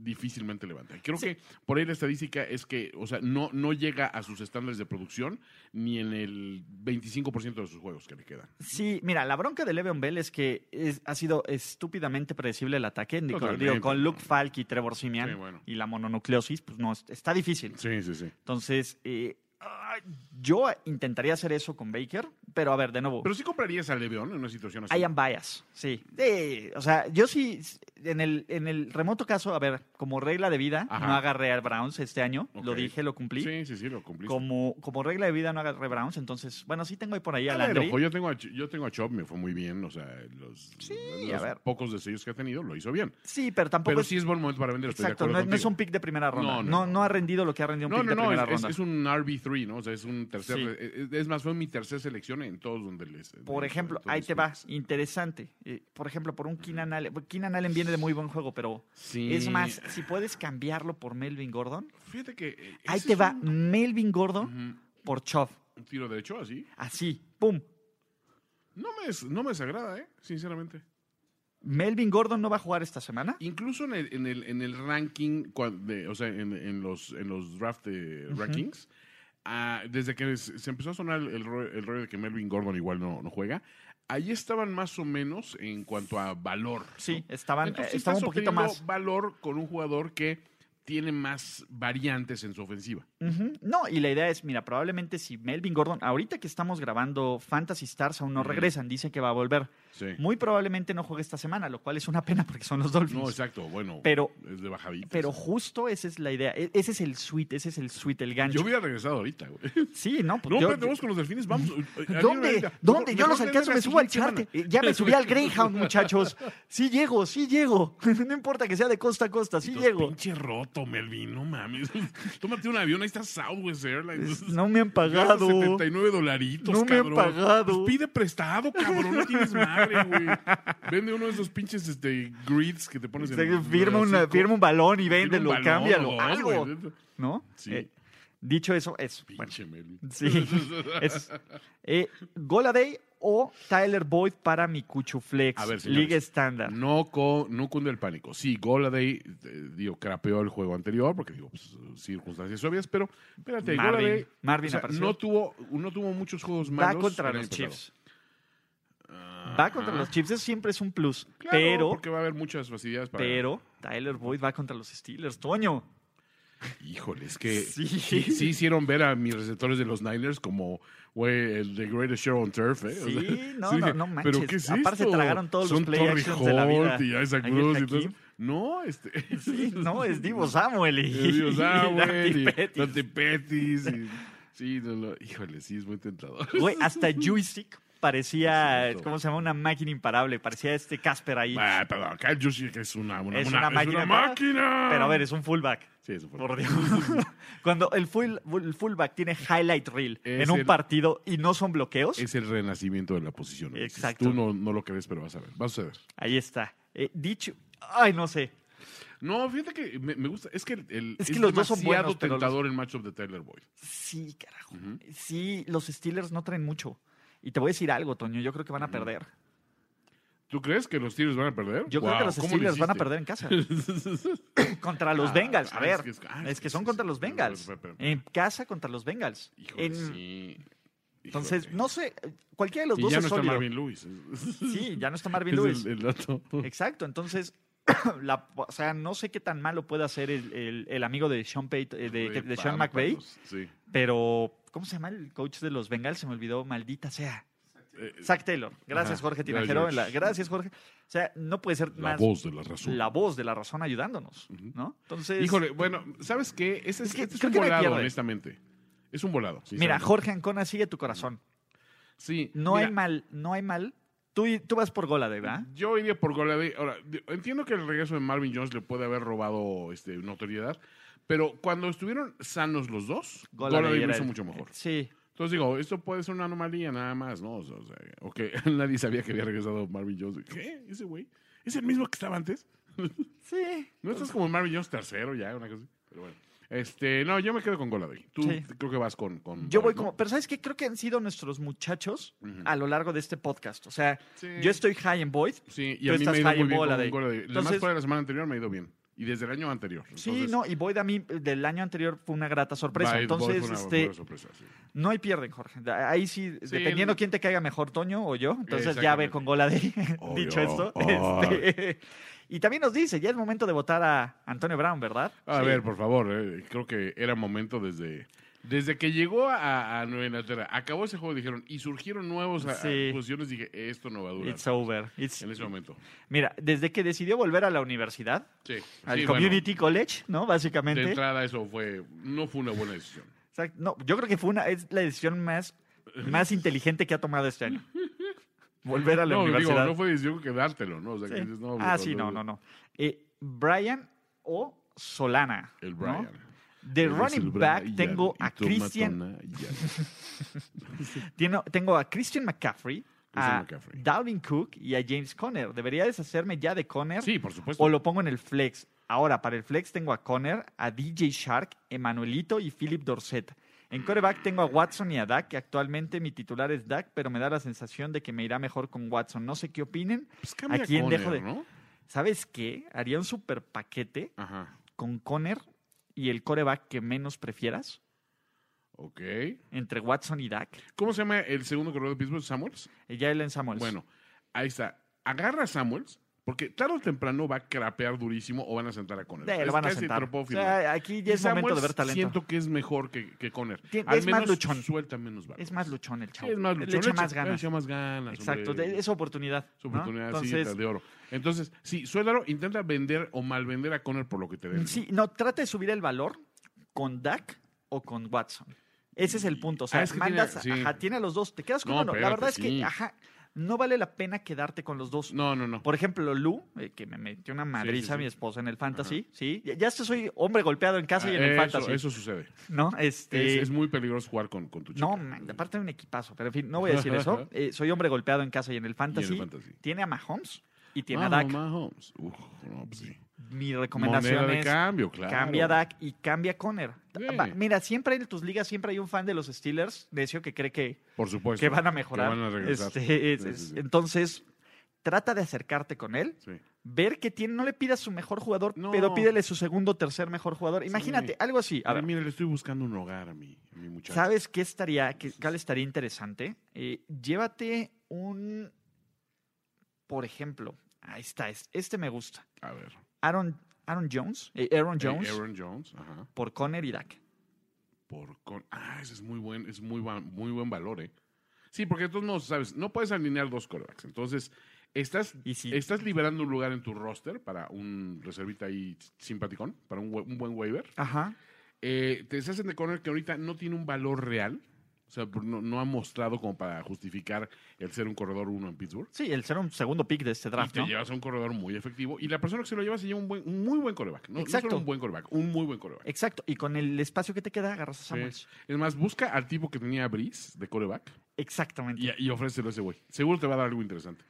Speaker 2: difícilmente levanta. Creo
Speaker 3: Sí.
Speaker 2: que por ahí la estadística es que, o sea, no, no llega a sus estándares de producción ni en el 25% de sus juegos que le quedan.
Speaker 3: Sí, mira, la bronca de Le'Veon Bell es que es- ha sido estúpidamente predecible el ataque. Digo,
Speaker 2: Totalmente.
Speaker 3: digo, con Luke Falk y Trevor Simian
Speaker 2: Sí, bueno.
Speaker 3: y la mononucleosis, pues no, es- está difícil.
Speaker 2: Sí, sí, sí.
Speaker 3: Entonces, eh, ah, yo intentaría hacer eso con Baker, pero a ver, de nuevo,
Speaker 2: Pero sí comprarías a Leveón en una situación así.
Speaker 3: I am bias, sí. Eh, o sea, yo sí, en el, en el remoto caso, a ver, como regla de vida,
Speaker 2: Ajá.
Speaker 3: no agarré a Browns este año. Lo
Speaker 2: Ok.
Speaker 3: dije, lo cumplí.
Speaker 2: Sí, sí, sí, lo cumpliste.
Speaker 3: Como, como regla de vida no agarré Browns, entonces, bueno, sí tengo ahí por ahí a
Speaker 2: A ver,
Speaker 3: Landry.
Speaker 2: Ah, ojo, yo tengo a, Ch- yo tengo a Chop, me fue muy bien. O sea, los, los
Speaker 3: a ver.
Speaker 2: pocos deseos que ha tenido lo hizo bien.
Speaker 3: Sí, pero tampoco
Speaker 2: Pero
Speaker 3: es,
Speaker 2: sí es buen momento para vender. estoy de
Speaker 3: exacto, no,
Speaker 2: acuerdo
Speaker 3: es- no es
Speaker 2: contigo.
Speaker 3: un pick de primera ronda. No,
Speaker 2: No, no,
Speaker 3: no,
Speaker 2: no.
Speaker 3: ha rendido lo que ha rendido un
Speaker 2: No,
Speaker 3: pick
Speaker 2: no,
Speaker 3: de
Speaker 2: no,
Speaker 3: primera
Speaker 2: es, es-
Speaker 3: ronda.
Speaker 2: es un RB3, ¿no? O sea, es un tercer.
Speaker 3: Sí.
Speaker 2: es- Es más, fue mi tercera selección en todos donde les.
Speaker 3: Por
Speaker 2: de-
Speaker 3: ejemplo,
Speaker 2: todos
Speaker 3: ahí
Speaker 2: los
Speaker 3: te va,
Speaker 2: picks.
Speaker 3: interesante. Eh, por ejemplo, por un Keenan Allen. bueno, Keenan Allen viene de muy buen juego, pero
Speaker 2: Sí.
Speaker 3: es más, si puedes cambiarlo por Melvin Gordon,
Speaker 2: Fíjate que. eh,
Speaker 3: ahí
Speaker 2: ese
Speaker 3: te
Speaker 2: es
Speaker 3: va
Speaker 2: Un,
Speaker 3: Melvin Gordon
Speaker 2: Ujú,
Speaker 3: por Chov.
Speaker 2: un tiro derecho así.
Speaker 3: Así, pum.
Speaker 2: No me, des- no me desagrada, ¿eh? Sinceramente.
Speaker 3: Melvin Gordon no va a jugar esta semana.
Speaker 2: Incluso en el, en el, en el ranking, cuan- de- o sea, en, en los, en los draft eh, rankings, ah, desde que se se empezó a sonar el, ro- el rollo de que Melvin Gordon igual no, no juega, ahí estaban más o menos en cuanto a valor.
Speaker 3: Sí, estaban,
Speaker 2: Entonces, sí
Speaker 3: eh, estaba un
Speaker 2: estás
Speaker 3: poquito
Speaker 2: obteniendo
Speaker 3: más.
Speaker 2: valor con un jugador que tiene más variantes en su ofensiva.
Speaker 3: Ujú. No, y la idea es, mira, probablemente si Melvin Gordon, ahorita que estamos grabando Fantasy Stars aún no
Speaker 2: Ujú.
Speaker 3: regresan, dicen que va a volver.
Speaker 2: Sí.
Speaker 3: Muy probablemente no juegue esta semana, lo cual es una pena porque son los Dolphins.
Speaker 2: No, exacto. Bueno,
Speaker 3: Pero-
Speaker 2: es de bajadita.
Speaker 3: Pero justo esa es la idea. E- Ese es el suite, ese es el suite, el gancho.
Speaker 2: yo hubiera regresado ahorita, güey.
Speaker 3: Sí, no, pues
Speaker 2: No,
Speaker 3: yo-
Speaker 2: pero tenemos con los delfines, vamos. eh,
Speaker 3: ¿Dónde? ¿Dónde? Yo los alcanzo, me subo al charter. Eh, Ya me subí al
Speaker 2: *laughs*
Speaker 3: Greyhound, muchachos. Sí llego, sí llego. *laughs* No importa que sea de costa a costa, sí llego.
Speaker 2: Pinche roto, Melvin, no mames. *laughs* Tómate un avión, ahí está Southwest Airlines.
Speaker 3: No me han
Speaker 2: Gastas
Speaker 3: pagado.
Speaker 2: 79 dolaritos,
Speaker 3: No me han
Speaker 2: cabrón.
Speaker 3: pagado.
Speaker 2: Pues pide prestado, cabrón. No tienes madre,
Speaker 3: *laughs*
Speaker 2: güey. Vende uno de esos pinches este, grids que te pones
Speaker 3: Se-
Speaker 2: en
Speaker 3: Este, Firma, una-
Speaker 2: hocico.
Speaker 3: firma un balón y
Speaker 2: Firma un
Speaker 3: véndelo,
Speaker 2: balón o
Speaker 3: cámbialo,
Speaker 2: dos,
Speaker 3: algo.
Speaker 2: güey.
Speaker 3: ¿No?
Speaker 2: Sí.
Speaker 3: Eh, dicho eso, eso. Bueno,
Speaker 2: Pinche Melvin.
Speaker 3: sí. *laughs* Es, eh, Goladay o Tyler Boyd para mi Cuchuflex.
Speaker 2: A ver, señores.
Speaker 3: Liga estándar.
Speaker 2: No, co- no cunde el pánico. Sí, Goladay, eh, digo, crapeó el juego anterior, porque digo, pues, circunstancias obvias, pero espérate,
Speaker 3: Marvin,
Speaker 2: Golladay,
Speaker 3: Marvin
Speaker 2: Este, o sea,
Speaker 3: apareció.
Speaker 2: no tuvo, no tuvo muchos juegos
Speaker 3: Va
Speaker 2: malos. este
Speaker 3: contra
Speaker 2: el año
Speaker 3: los
Speaker 2: pasado.
Speaker 3: Chiefs. Va contra los Chiefs, eso siempre es un plus.
Speaker 2: Ah. Claro,
Speaker 3: pero,
Speaker 2: porque va a haber muchas facilidades para.
Speaker 3: pero, Tyler Boyd va contra los Steelers, Toño.
Speaker 2: Híjole, es que *laughs*
Speaker 3: Sí.
Speaker 2: sí. sí hicieron ver a mis receptores de los Niners como, güey, el The Greatest Show on Turf, ¿eh?
Speaker 3: Sí, no,
Speaker 2: sí
Speaker 3: no,
Speaker 2: dije,
Speaker 3: no
Speaker 2: ¿Pero
Speaker 3: manches.
Speaker 2: qué es
Speaker 3: Aparte se
Speaker 2: esto?
Speaker 3: tragaron todos los
Speaker 2: Son
Speaker 3: play actions de la vida.
Speaker 2: Torrijos y Isaac
Speaker 3: Ahí
Speaker 2: Cruz
Speaker 3: está
Speaker 2: y todo eso.
Speaker 3: Kim.
Speaker 2: No, este. *laughs*
Speaker 3: Sí, no, es Divo Samuel *laughs* y,
Speaker 2: Eh, Dios, ah,
Speaker 3: y
Speaker 2: güey, *laughs*
Speaker 3: Dante
Speaker 2: y
Speaker 3: Pettis.
Speaker 2: Dante Pettis. y- sí, no, no, híjole, sí, es muy tentador.
Speaker 3: Güey, hasta Joystick parecía,
Speaker 2: Sí, sí, sí.
Speaker 3: ¿cómo se llama? Una máquina imparable. Parecía este Casper ahí.
Speaker 2: Ah, pero acá yo sí que es una, una,
Speaker 3: Es
Speaker 2: una-
Speaker 3: una máquina,
Speaker 2: Es una máquina.
Speaker 3: Pero a ver, es un fullback.
Speaker 2: Sí, es un *laughs*
Speaker 3: Por Dios. Cuando el, full- el fullback tiene highlight reel
Speaker 2: Es
Speaker 3: en un
Speaker 2: el-
Speaker 3: partido y no son bloqueos,
Speaker 2: Es el renacimiento de la posición. ¿no?
Speaker 3: Exacto.
Speaker 2: Tú no, no lo crees, pero vas a ver. Vas a ver.
Speaker 3: ahí está. Eh, dicho, ay, no sé.
Speaker 2: No, fíjate que me, me gusta. Es que, el, el-
Speaker 3: Es que los dos son
Speaker 2: demasiado
Speaker 3: buenos, pero los-
Speaker 2: tentador el matchup de Tyler Boyd.
Speaker 3: Sí, carajo. Sí, los Steelers no traen mucho. Y te voy a decir algo, Toño. Yo creo que van a perder.
Speaker 2: ¿Tú crees que los Steelers van a perder?
Speaker 3: Yo creo
Speaker 2: Guau,
Speaker 3: que los
Speaker 2: ¿cómo lo
Speaker 3: Steelers van a
Speaker 2: hiciste?
Speaker 3: perder en casa.
Speaker 2: *laughs*
Speaker 3: contra los
Speaker 2: Ah,
Speaker 3: Bengals. A
Speaker 2: ah,
Speaker 3: ver,
Speaker 2: es que
Speaker 3: es
Speaker 2: es-
Speaker 3: que,
Speaker 2: ah, es que
Speaker 3: son
Speaker 2: sí,
Speaker 3: contra
Speaker 2: sí,
Speaker 3: los
Speaker 2: pero-
Speaker 3: Bengals.
Speaker 2: pero- pero-
Speaker 3: En casa contra los Bengals.
Speaker 2: Híjole,
Speaker 3: En-
Speaker 2: sí.
Speaker 3: Entonces,
Speaker 2: Híjole.
Speaker 3: no sé. eh, Cualquiera de los
Speaker 2: Y
Speaker 3: dos
Speaker 2: ya
Speaker 3: es
Speaker 2: no está
Speaker 3: sólido.
Speaker 2: Marvin Lewis.
Speaker 3: Sí, ya no está Marvin
Speaker 2: Es el-
Speaker 3: Lewis.
Speaker 2: El, dato.
Speaker 3: Exacto. Entonces, *clears throat* la- o sea, no sé qué tan malo puede hacer el, el- el amigo de Sean, Payt- eh, de, de Sean
Speaker 2: Para
Speaker 3: McVay,
Speaker 2: patos, Sí.
Speaker 3: pero ¿cómo se llama el coach de los Bengals? Se me olvidó, maldita sea.
Speaker 2: Eh,
Speaker 3: Zach Taylor. Gracias,
Speaker 2: Ajá,
Speaker 3: Jorge
Speaker 2: gracias,
Speaker 3: Tinajero.
Speaker 2: George.
Speaker 3: La- gracias, Jorge. O sea, no puede ser
Speaker 2: La
Speaker 3: más
Speaker 2: voz de la razón.
Speaker 3: la voz de la razón ayudándonos, ¿no? Entonces,
Speaker 2: Híjole, bueno, ¿sabes qué? Ese es,
Speaker 3: Es que
Speaker 2: este es
Speaker 3: creo
Speaker 2: un
Speaker 3: que me
Speaker 2: volado,
Speaker 3: pierde.
Speaker 2: honestamente. Es un volado.
Speaker 3: mira,
Speaker 2: sinceramente.
Speaker 3: Jorge Ancona, sigue tu corazón.
Speaker 2: Sí,
Speaker 3: No
Speaker 2: mira,
Speaker 3: hay mal, no hay mal. Tú, tú vas por gola, ¿ah? ¿verdad?
Speaker 2: Yo iría por Goladay. Ahora, de- entiendo que el regreso de Marvin Jones le puede haber robado este, notoriedad, pero cuando estuvieron sanos los dos,
Speaker 3: Golladay
Speaker 2: Goladay lo
Speaker 3: era
Speaker 2: hizo
Speaker 3: el-
Speaker 2: mucho mejor.
Speaker 3: Sí.
Speaker 2: Entonces digo, esto puede ser una anomalía nada más, ¿no? O sea, o sea, o que *laughs* nadie sabía que había regresado Marvin Jones. ¿Qué? ¿Ese güey? ¿Es el mismo que estaba antes?
Speaker 3: Sí.
Speaker 2: ¿No estás como Marvin Jones tercero ya? Una cosa así. Pero bueno. Este, no, yo me quedo con Goladay. Tú
Speaker 3: Sí.
Speaker 2: creo que vas con... con
Speaker 3: Yo voy
Speaker 2: Barrett, ¿no?
Speaker 3: como, pero ¿sabes qué? Creo que han sido nuestros muchachos
Speaker 2: Mm.
Speaker 3: a lo largo de este podcast. O sea,
Speaker 2: Sí.
Speaker 3: yo estoy high en Boyd.
Speaker 2: Sí, y
Speaker 3: Tú
Speaker 2: a mí me
Speaker 3: estás
Speaker 2: ha ido
Speaker 3: high
Speaker 2: muy
Speaker 3: en
Speaker 2: bien con
Speaker 3: Golladay.
Speaker 2: Golladay. Además,
Speaker 3: Entonces-
Speaker 2: fuera de la semana anterior me ha ido bien. Y desde el año anterior.
Speaker 3: Sí,
Speaker 2: Entonces,
Speaker 3: no, y Boyd a mí del año anterior fue una grata sorpresa.
Speaker 2: Bye, Boy
Speaker 3: Entonces,
Speaker 2: fue una
Speaker 3: este,
Speaker 2: buena sorpresa, sí.
Speaker 3: no hay pierden, Jorge. Da- Ahí sí,
Speaker 2: Sí,
Speaker 3: dependiendo
Speaker 2: el-
Speaker 3: quién te caiga mejor, Toño o yo. Entonces ya ve
Speaker 2: Exactamente.
Speaker 3: con gola de *laughs*
Speaker 2: Obvio.
Speaker 3: dicho esto.
Speaker 2: Oh.
Speaker 3: este, *laughs* y también nos dice, ya es momento de votar a Antonio Brown, ¿verdad?
Speaker 2: A
Speaker 3: Sí.
Speaker 2: ver, por favor, eh, creo que era momento desde Desde que llegó a, a Nueva Inglaterra, acabó ese juego, dijeron, y surgieron nuevas
Speaker 3: Sí.
Speaker 2: posiciones, dije, esto no va a durar
Speaker 3: It's over. It's-
Speaker 2: en ese momento.
Speaker 3: Mira, desde que decidió volver a la universidad,
Speaker 2: Sí.
Speaker 3: al
Speaker 2: Sí, bueno,
Speaker 3: community college, ¿no? Básicamente.
Speaker 2: de entrada eso fue, no fue una buena *laughs* decisión.
Speaker 3: Exacto. No, yo creo que fue una, es la decisión más, más inteligente que ha tomado
Speaker 2: *laughs*
Speaker 3: este año. Volver a la
Speaker 2: No, digo,
Speaker 3: universidad.
Speaker 2: no fue decisión quedártelo, ¿no? O sea,
Speaker 3: Sí.
Speaker 2: que dices, no, pues,
Speaker 3: ah,
Speaker 2: bro,
Speaker 3: sí, no, no, no. Eh, Brian o Solana.
Speaker 2: El
Speaker 3: ¿no?
Speaker 2: Brian.
Speaker 3: De
Speaker 2: Eres el
Speaker 3: running
Speaker 2: Brian
Speaker 3: back tengo
Speaker 2: y
Speaker 3: a
Speaker 2: tú,
Speaker 3: Christian,
Speaker 2: Matona, ya.
Speaker 3: tiene- tengo a Christian McCaffrey, a
Speaker 2: McCaffrey.
Speaker 3: Dalvin Cook y a James Conner. Debería deshacerme ya de Conner
Speaker 2: Sí, por supuesto.
Speaker 3: ¿Eh? o lo pongo en el flex. Ahora, para el flex tengo a Conner, a DJ Shark, Emanuelito y Philip Dorset. En coreback tengo a Watson y a Dak, que actualmente mi titular es Dak, pero me da la sensación de que me irá mejor con Watson. No sé qué opinen.
Speaker 2: Pues cambia
Speaker 3: ¿a quién
Speaker 2: Conner,
Speaker 3: dejo de-
Speaker 2: ¿no?
Speaker 3: ¿Sabes qué? Haría un super paquete
Speaker 2: Ajá.
Speaker 3: con Conner y el coreback que menos prefieras
Speaker 2: Ok.
Speaker 3: entre Watson y Dak.
Speaker 2: ¿Cómo se llama el segundo corredor de Pittsburgh? ¿Samuels?
Speaker 3: Y Jalen Samuels.
Speaker 2: Bueno, ahí está. Agarra a Samuels, porque tarde o temprano va a crapear durísimo o van a sentar a Conner.
Speaker 3: Eh,
Speaker 2: Es
Speaker 3: lo van a
Speaker 2: casi
Speaker 3: sentar.
Speaker 2: tropófilo.
Speaker 3: O sea, aquí ya
Speaker 2: Y
Speaker 3: es momento de
Speaker 2: Samuels
Speaker 3: ver talento.
Speaker 2: Siento que es mejor que, que Conner.
Speaker 3: Tien-
Speaker 2: Al
Speaker 3: es más
Speaker 2: menos
Speaker 3: luchón.
Speaker 2: suelta menos balones.
Speaker 3: Es más luchón el chavo.
Speaker 2: Sí, es más luchón.
Speaker 3: Le echa
Speaker 2: Le
Speaker 3: más
Speaker 2: echa- le
Speaker 3: ganas.
Speaker 2: echa más ganas.
Speaker 3: Exacto,
Speaker 2: hombre.
Speaker 3: de- es oportunidad.
Speaker 2: Su
Speaker 3: ¿no?
Speaker 2: oportunidad sí,
Speaker 3: Entonces,
Speaker 2: de oro. Entonces, sí, suéltalo, intenta vender o malvender a Conner por lo que te den.
Speaker 3: Sí, no, trata de subir el valor con Dak o con Watson. Ese es el punto. O sea,
Speaker 2: Ah, es que
Speaker 3: mandas,
Speaker 2: tiene- sí.
Speaker 3: ajá, tiene a los dos. Te quedas con
Speaker 2: No,
Speaker 3: uno. La
Speaker 2: espérate,
Speaker 3: verdad es que,
Speaker 2: sí.
Speaker 3: ajá, no vale la pena quedarte con los dos.
Speaker 2: No, no, no.
Speaker 3: Por ejemplo, Lu, eh, que me metió una madriza a
Speaker 2: sí.
Speaker 3: mi esposa en el fantasy, ¿sí? Ya, ya soy hombre golpeado en casa y en el
Speaker 2: Ah, eso,
Speaker 3: fantasy,
Speaker 2: eso sucede.
Speaker 3: ¿no?
Speaker 2: Es,
Speaker 3: Este,
Speaker 2: es muy peligroso jugar con, con tu chica.
Speaker 3: no, man, aparte de un equipazo, pero en fin, no voy a decir eso.
Speaker 2: *laughs*
Speaker 3: Eh, soy hombre golpeado en casa y
Speaker 2: Y
Speaker 3: en el
Speaker 2: en el
Speaker 3: fantasy.
Speaker 2: fantasy.
Speaker 3: Tiene a Mahomes y tiene
Speaker 2: Ah,
Speaker 3: a Dak.
Speaker 2: Mahomes. Uf, no, pues sí.
Speaker 3: Mi recomendación
Speaker 2: Moneda de
Speaker 3: es
Speaker 2: cambio, claro.
Speaker 3: Cambia Dak y cambia Conner.
Speaker 2: Sí.
Speaker 3: Va- Mira, siempre en tus ligas siempre hay un fan de los Steelers, necio, que cree que,
Speaker 2: Por supuesto.
Speaker 3: que van a mejorar.
Speaker 2: Pues Que van a regresar.
Speaker 3: Este, es-
Speaker 2: Sí,
Speaker 3: es-
Speaker 2: sí, sí.
Speaker 3: Entonces, trata de acercarte con él,
Speaker 2: Sí.
Speaker 3: ver que tiene, no le pidas su mejor jugador,
Speaker 2: No.
Speaker 3: pero pídele su segundo tercer mejor jugador. Imagínate, algo así. A
Speaker 2: Mira,
Speaker 3: ver,
Speaker 2: mira, le estoy buscando un hogar a mi, a mi muchacho.
Speaker 3: ¿sabes qué estaría, qué, cuál estaría interesante? Eh, llévate un, por ejemplo, ahí está, es- este me gusta.
Speaker 2: A ver.
Speaker 3: Aaron, Aaron Jones, eh, Aaron
Speaker 2: Eh,
Speaker 3: Jones
Speaker 2: Aaron Jones. Ajá.
Speaker 3: por Conner y Dak.
Speaker 2: Por con... Ah, ese es muy buen, es muy, buen- muy buen valor, ¿eh? Sí, porque de todos modos, ¿sabes? No puedes alinear dos corebacks. Entonces, estás,
Speaker 3: Y si-
Speaker 2: estás liberando un lugar en tu roster para un reservita ahí simpaticón, para un, we- un buen waiver.
Speaker 3: Ajá.
Speaker 2: Eh, te deshacen de Conner que ahorita no tiene un valor real. O sea, por- no, no ha mostrado como para justificar el ser un corredor uno en Pittsburgh.
Speaker 3: Sí, el ser un segundo pick de este
Speaker 2: Y
Speaker 3: draft,
Speaker 2: te
Speaker 3: ¿no?
Speaker 2: llevas a un corredor muy efectivo. Y la persona que se lo lleva se lleva un, buen, un muy buen coreback. No, no
Speaker 3: Exacto.
Speaker 2: solo un buen coreback, un muy buen coreback.
Speaker 3: Exacto. Y con el espacio que te queda, agarras a
Speaker 2: Sí.
Speaker 3: Samuels.
Speaker 2: Es más, busca al tipo que tenía Breeze de coreback.
Speaker 3: Exactamente.
Speaker 2: Y, y ofrécelo a ese güey. Seguro te va a dar algo interesante.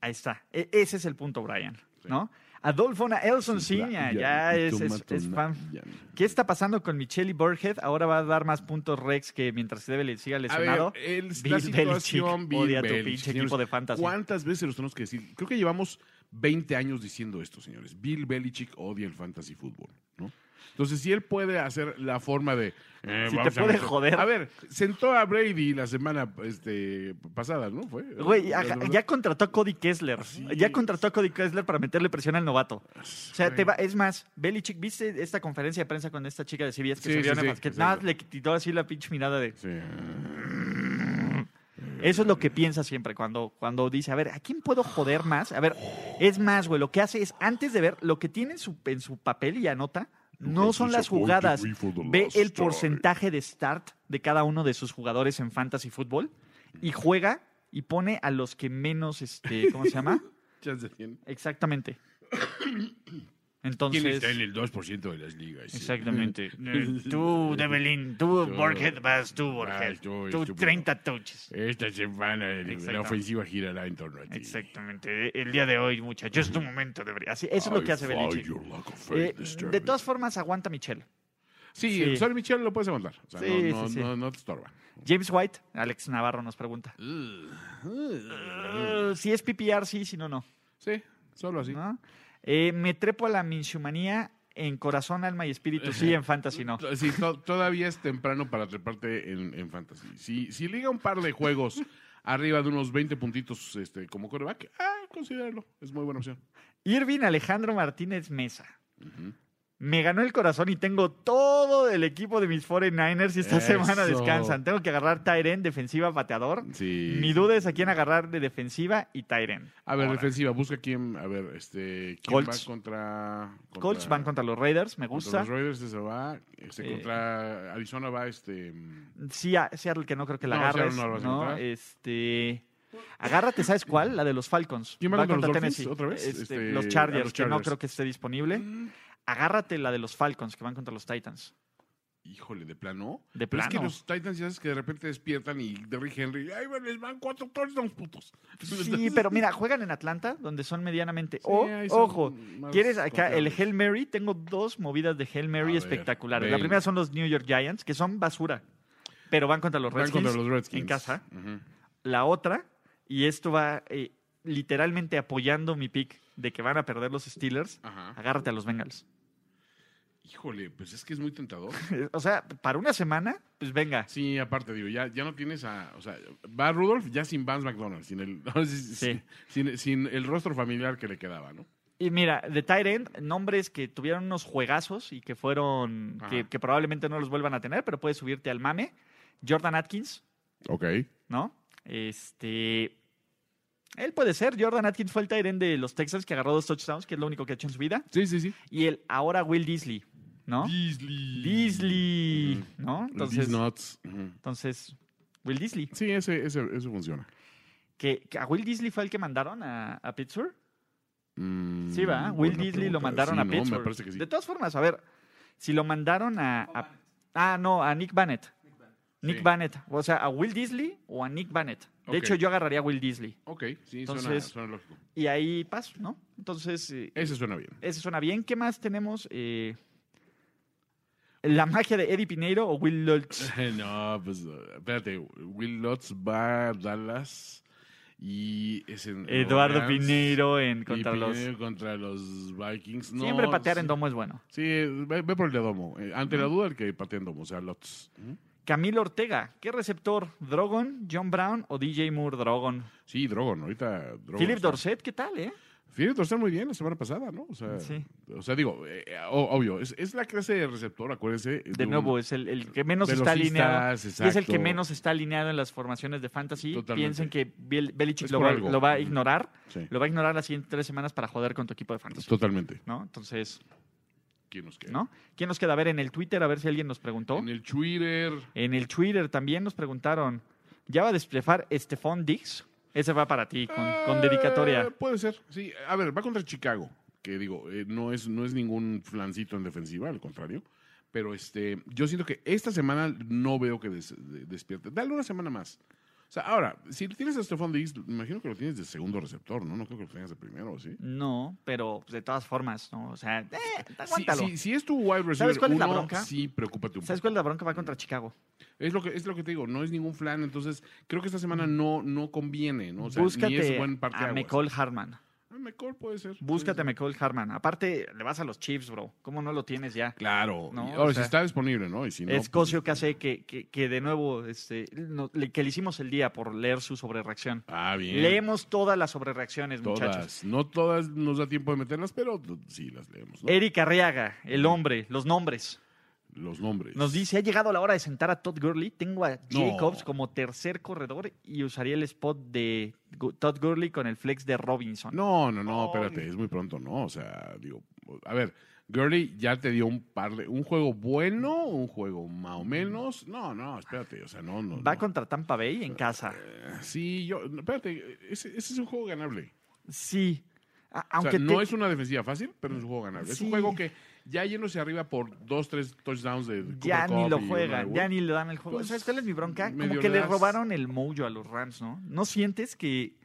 Speaker 3: Ahí está. E- ese es el punto, Brian, ¿no? Adolfo Elson Ciña, ya es, es- es fan. ¿Qué está pasando con Michelle y Burhead? Ahora va a dar más puntos Rex que mientras se debe le siga
Speaker 2: A
Speaker 3: lesionado.
Speaker 2: ver, el,
Speaker 3: Bill
Speaker 2: la situación,
Speaker 3: Belichick
Speaker 2: Bill
Speaker 3: odia a tu
Speaker 2: Belichick,
Speaker 3: pinche
Speaker 2: señores,
Speaker 3: equipo de fantasy.
Speaker 2: ¿Cuántas veces los tenemos que decir? Creo que llevamos 20 años diciendo esto, señores. Bill Belichick odia el fantasy fútbol, ¿no? Entonces, si él puede hacer la forma de... eh,
Speaker 3: Si te
Speaker 2: vamos a
Speaker 3: puede
Speaker 2: meter-
Speaker 3: joder.
Speaker 2: A ver, sentó a Brady la semana este, pasada, ¿no? Fue,
Speaker 3: Güey,
Speaker 2: La
Speaker 3: ajá,
Speaker 2: semana-
Speaker 3: ya contrató a Cody Kessler.
Speaker 2: Sí.
Speaker 3: Ya contrató a Cody Kessler para meterle presión al novato. O sea,
Speaker 2: Güey.
Speaker 3: te va, es más, Belichick, ¿viste esta conferencia de prensa con esta chica de CBS que
Speaker 2: Sí,
Speaker 3: se vio
Speaker 2: sí,
Speaker 3: en el
Speaker 2: sí,
Speaker 3: basquet?
Speaker 2: exacto.
Speaker 3: Nada, más le quitó así la pinche mirada de...
Speaker 2: Sí.
Speaker 3: Eso es lo que piensa siempre cuando, cuando dice, a ver, ¿a quién puedo joder más? A ver, es más, güey, lo que hace es, antes de ver lo que tiene en su, en su papel y anota, no son las jugadas. Ve el porcentaje de start de cada uno de sus jugadores en fantasy fútbol y juega y pone a los que menos, este, ¿cómo se llama?
Speaker 2: Chance tiene.
Speaker 3: Exactamente.
Speaker 2: ¿Quién está en
Speaker 3: Entonces...
Speaker 2: el 2% de las ligas? Sí.
Speaker 3: Exactamente. Tú, Develin, tú, Borges, vas tú, Borges.
Speaker 2: Vas tú,
Speaker 3: Tú,
Speaker 2: estúpido.
Speaker 3: 30 touches.
Speaker 2: Eh, Esta semana el- la
Speaker 3: Exactamente.
Speaker 2: ofensiva girará en torno a ti.
Speaker 3: Exactamente. El día de hoy, muchachos, es tu momento de brillar. Así, eso es lo
Speaker 2: I
Speaker 3: que hace
Speaker 2: find
Speaker 3: Belichick.
Speaker 2: your lack of
Speaker 3: Eh,
Speaker 2: faith disturbing.
Speaker 3: de todas formas, aguanta Michelle.
Speaker 2: Sí,
Speaker 3: sí.
Speaker 2: el Sol Michel lo puedes aguantar. O sea,
Speaker 3: Sí,
Speaker 2: no, no,
Speaker 3: sí, sí.
Speaker 2: No, no te estorba.
Speaker 3: James White, Alex Navarro nos pregunta. "Eh, si es PPR, sí, si no, no.
Speaker 2: Pues Sí, solo así.
Speaker 3: ¿No? Eh, me trepo a la minchumanía en corazón, alma y espíritu, sí, en fantasy,
Speaker 2: *laughs*
Speaker 3: no.
Speaker 2: Sí, to- todavía es temprano para treparte en, en fantasy. Si, si liga un par de
Speaker 3: *laughs*
Speaker 2: juegos arriba de unos 20 puntitos este, como quarterback, ah, considéralo. Es muy buena opción.
Speaker 3: Irving Alejandro Martínez Mesa. me ganó el corazón y tengo todo el equipo de mis 49ers y esta
Speaker 2: Eso.
Speaker 3: semana descansan. Tengo que agarrar Tyren, defensiva, bateador.
Speaker 2: Sí.
Speaker 3: Mi duda es a quién agarrar de defensiva y Tyren.
Speaker 2: A ver,
Speaker 3: Ahora,
Speaker 2: defensiva, busca quién. A ver, este. ¿Quién
Speaker 3: Colts.
Speaker 2: va contra. contra-
Speaker 3: Colts van contra los Raiders, me
Speaker 2: contra
Speaker 3: gusta.
Speaker 2: los Raiders, este se va. Este,
Speaker 3: Eh.
Speaker 2: Contra Arizona va este. mm,
Speaker 3: Sí, a- Seattle, que no creo que la
Speaker 2: No,
Speaker 3: agarres.
Speaker 2: Seattle no lo vas a
Speaker 3: ¿no?
Speaker 2: encontrar.
Speaker 3: Este. Agárrate, ¿sabes cuál? La de los Falcons.
Speaker 2: ¿Quién va
Speaker 3: Va
Speaker 2: contra los
Speaker 3: contra
Speaker 2: Dolphins
Speaker 3: Tennessee.
Speaker 2: otra vez?
Speaker 3: Este,
Speaker 2: Este,
Speaker 3: los,
Speaker 2: a
Speaker 3: Chargers,
Speaker 2: los
Speaker 3: que no
Speaker 2: Chargers.
Speaker 3: creo que esté disponible.
Speaker 2: mm,
Speaker 3: Agárrate la de los Falcons, que van contra los Titans.
Speaker 2: Híjole, de plano.
Speaker 3: De
Speaker 2: Pero
Speaker 3: plano.
Speaker 2: es que los Titans ya sabes que de repente despiertan y Derrick Henry. ¡Ay, bueno, les van cuatro touchdowns, putos!
Speaker 3: Sí, pero mira, juegan en Atlanta, donde son medianamente.
Speaker 2: Sí,
Speaker 3: o,
Speaker 2: ahí son
Speaker 3: ojo,
Speaker 2: más
Speaker 3: ¿quieres acá el
Speaker 2: confiables.
Speaker 3: Hail Mary? Tengo dos movidas de Hail Mary
Speaker 2: ver,
Speaker 3: espectaculares. La
Speaker 2: venga.
Speaker 3: primera son los New York Giants, que son basura, pero van contra los
Speaker 2: Van
Speaker 3: Redskins.
Speaker 2: contra los Redskins.
Speaker 3: en casa.
Speaker 2: Ujú.
Speaker 3: La otra, y esto va eh, literalmente apoyando mi pick de que van a perder los Steelers,
Speaker 2: Ajá.
Speaker 3: agárrate a los Bengals. *laughs*
Speaker 2: Híjole, pues es que es muy tentador.
Speaker 3: O sea, para una semana, pues venga.
Speaker 2: Sí, aparte, digo, ya, ya no tienes a. O sea, va Rudolph ya sin Vance McDonald, sin el, *laughs* sin, sin- sin el rostro familiar que le quedaba, ¿no?
Speaker 3: Y mira, de tight end, nombres que tuvieron unos juegazos y que fueron,
Speaker 2: Ajá.
Speaker 3: que, que probablemente no los vuelvan a tener, pero puedes subirte al mame. Jordan Atkins,
Speaker 2: Ok.
Speaker 3: ¿no? Este. Él puede ser. Jordan Atkins fue el tight end de los Texans que agarró dos touchdowns, que es lo único que ha hecho en su vida.
Speaker 2: Sí, sí, sí.
Speaker 3: Y el ahora Will Disley, ¿no?
Speaker 2: Disney.
Speaker 3: Disley, ¿no? Entonces,
Speaker 2: Nuts. Ujú.
Speaker 3: entonces Will Disley.
Speaker 2: Sí, ese, ese, ese funciona.
Speaker 3: Que, que a Will Disley fue el que mandaron a, a Pittsburgh.
Speaker 2: Mm,
Speaker 3: Sí, va.
Speaker 2: buena
Speaker 3: Will Disley
Speaker 2: pregunta.
Speaker 3: lo mandaron
Speaker 2: Sí,
Speaker 3: a
Speaker 2: no,
Speaker 3: Pittsburgh.
Speaker 2: me parece que sí.
Speaker 3: De todas formas, a ver, si lo mandaron a. a- ah, no, a Nick Bannett. Nick
Speaker 2: Sí.
Speaker 3: Bannett. O sea, a Will Disley o a Nick Bannett. De
Speaker 2: Ok.
Speaker 3: hecho, yo agarraría a Will Disley.
Speaker 2: Ok, sí, suena,
Speaker 3: Entonces-
Speaker 2: suena lógico.
Speaker 3: Y ahí paso, ¿no? Entonces, eh,
Speaker 2: Ese suena bien.
Speaker 3: Ese suena bien. ¿Qué más tenemos? Eh, la magia de Eddie Pineiro o Will Lutz.
Speaker 2: *laughs* no, pues, uh, espérate. Will Lutz va a Dallas y es en.
Speaker 3: Eduardo
Speaker 2: Orleans.
Speaker 3: Pineiro en
Speaker 2: Y
Speaker 3: contra los.
Speaker 2: Pineiro contra los Vikings. No,
Speaker 3: Siempre patear en
Speaker 2: sí.
Speaker 3: domo es bueno.
Speaker 2: Sí, ve, ve por el de domo. Eh, Ante la duda, el que patea en domo, o sea, Lots.
Speaker 3: Camilo Ortega, ¿qué receptor? ¿Drogon, John Brown o DJ Moore Drogon?
Speaker 2: Sí, Drogon, ahorita Drogon.
Speaker 3: Philip
Speaker 2: está-
Speaker 3: Dorset, ¿qué tal, eh?
Speaker 2: Philip Dorset muy bien la semana pasada, ¿no? O sea,
Speaker 3: Sí.
Speaker 2: o sea digo, eh, o- obvio, es, es la clase de receptor, acuérdense.
Speaker 3: De nuevo, es el, el que menos está
Speaker 2: velocistas,
Speaker 3: alineado. Y es el que
Speaker 2: exacto.
Speaker 3: menos está alineado en las formaciones de fantasy.
Speaker 2: Totalmente.
Speaker 3: Piensen que Bel- Belichick
Speaker 2: Es
Speaker 3: lo
Speaker 2: por
Speaker 3: va,
Speaker 2: algo.
Speaker 3: lo va a
Speaker 2: Ujú.
Speaker 3: ignorar.
Speaker 2: Sí.
Speaker 3: Lo va a ignorar las siguientes tres semanas para joder con tu equipo de fantasy.
Speaker 2: Totalmente.
Speaker 3: ¿No? Entonces,
Speaker 2: ¿Quién nos queda?
Speaker 3: ¿no? ¿Quién nos queda? A ver, en el Twitter, a ver si alguien nos preguntó.
Speaker 2: En el Twitter.
Speaker 3: En el Twitter también nos preguntaron, ¿ya va a desplefar Estefón Dix? Ese va para ti, con, con
Speaker 2: Eh,
Speaker 3: dedicatoria.
Speaker 2: Puede ser, sí. A ver, va contra Chicago, que digo, eh, no, es, no es ningún flancito en defensiva, al contrario. Pero este, yo siento que esta semana no veo que des- de- despierte. Dale una semana más. O sea, ahora, si tienes a Stephon Diggs, me imagino que lo tienes de segundo receptor, ¿no? No creo que lo tengas de primero, ¿sí?
Speaker 3: No, pero pues, de todas formas, ¿no? O sea, eh,
Speaker 2: Si,
Speaker 3: aguántalo.
Speaker 2: si- si es tu wide receiver
Speaker 3: ¿Sabes cuál es la
Speaker 2: uno,
Speaker 3: bronca?
Speaker 2: sí, preocúpate un
Speaker 3: ¿Sabes
Speaker 2: poco.
Speaker 3: cuál es la bronca? Va contra Chicago.
Speaker 2: Es lo, que, es lo que te digo, no es ningún flan, entonces creo que esta semana no, no conviene, ¿no? O sea, ni es
Speaker 3: Mm. Búscate
Speaker 2: buen
Speaker 3: a
Speaker 2: parteaguas.
Speaker 3: McCall Harman.
Speaker 2: Ah, McCall puede ser.
Speaker 3: Búscate a
Speaker 2: Puede ser.
Speaker 3: McCall Harman. Aparte, le vas a los Chiefs, bro. ¿Cómo no lo tienes ya?
Speaker 2: Claro.
Speaker 3: No,
Speaker 2: Y
Speaker 3: o
Speaker 2: ahora,
Speaker 3: sea,
Speaker 2: si está disponible, ¿no? Y si no,
Speaker 3: es
Speaker 2: pues,
Speaker 3: Cosio que hace que, que, que de nuevo, este, no- le- que le hicimos el día por leer su sobrereacción.
Speaker 2: Ah, bien.
Speaker 3: Leemos todas las sobrereacciones,
Speaker 2: todas.
Speaker 3: muchachos.
Speaker 2: No todas nos da tiempo de meterlas, pero t- sí las leemos, ¿no?
Speaker 3: Eric Arriaga, el hombre, los nombres.
Speaker 2: Los nombres.
Speaker 3: Nos dice, ha llegado la hora de sentar a Todd Gurley. Tengo a
Speaker 2: No.
Speaker 3: Jacobs como tercer corredor y usaría el spot de Gu- Todd Gurley con el flex de Robinson.
Speaker 2: No, no, no,
Speaker 3: Oh.
Speaker 2: espérate, es muy pronto, ¿no? O sea, digo, a ver, Gurley ya te dio un par de. Un juego bueno, un juego más o menos. No, no, espérate, o sea, no, no.
Speaker 3: Va
Speaker 2: no.
Speaker 3: contra Tampa Bay en casa.
Speaker 2: Eh, Sí, yo. no, Espérate, ese, ese es un juego ganable.
Speaker 3: Sí. A-
Speaker 2: O sea,
Speaker 3: aunque
Speaker 2: no
Speaker 3: te-
Speaker 2: es una defensiva fácil, pero es un juego ganable. Es
Speaker 3: Sí.
Speaker 2: un juego que ya yéndose arriba por dos, tres touchdowns de. Cooper
Speaker 3: ya ni
Speaker 2: Kupp
Speaker 3: lo
Speaker 2: y una de
Speaker 3: juegan,
Speaker 2: Wood.
Speaker 3: ya ni le dan el juego.
Speaker 2: Pues,
Speaker 3: ¿Sabes cuál es mi bronca? Como
Speaker 2: medio
Speaker 3: que
Speaker 2: le
Speaker 3: le
Speaker 2: das-
Speaker 3: robaron el mojo a los Rams, ¿no? ¿No sientes que...?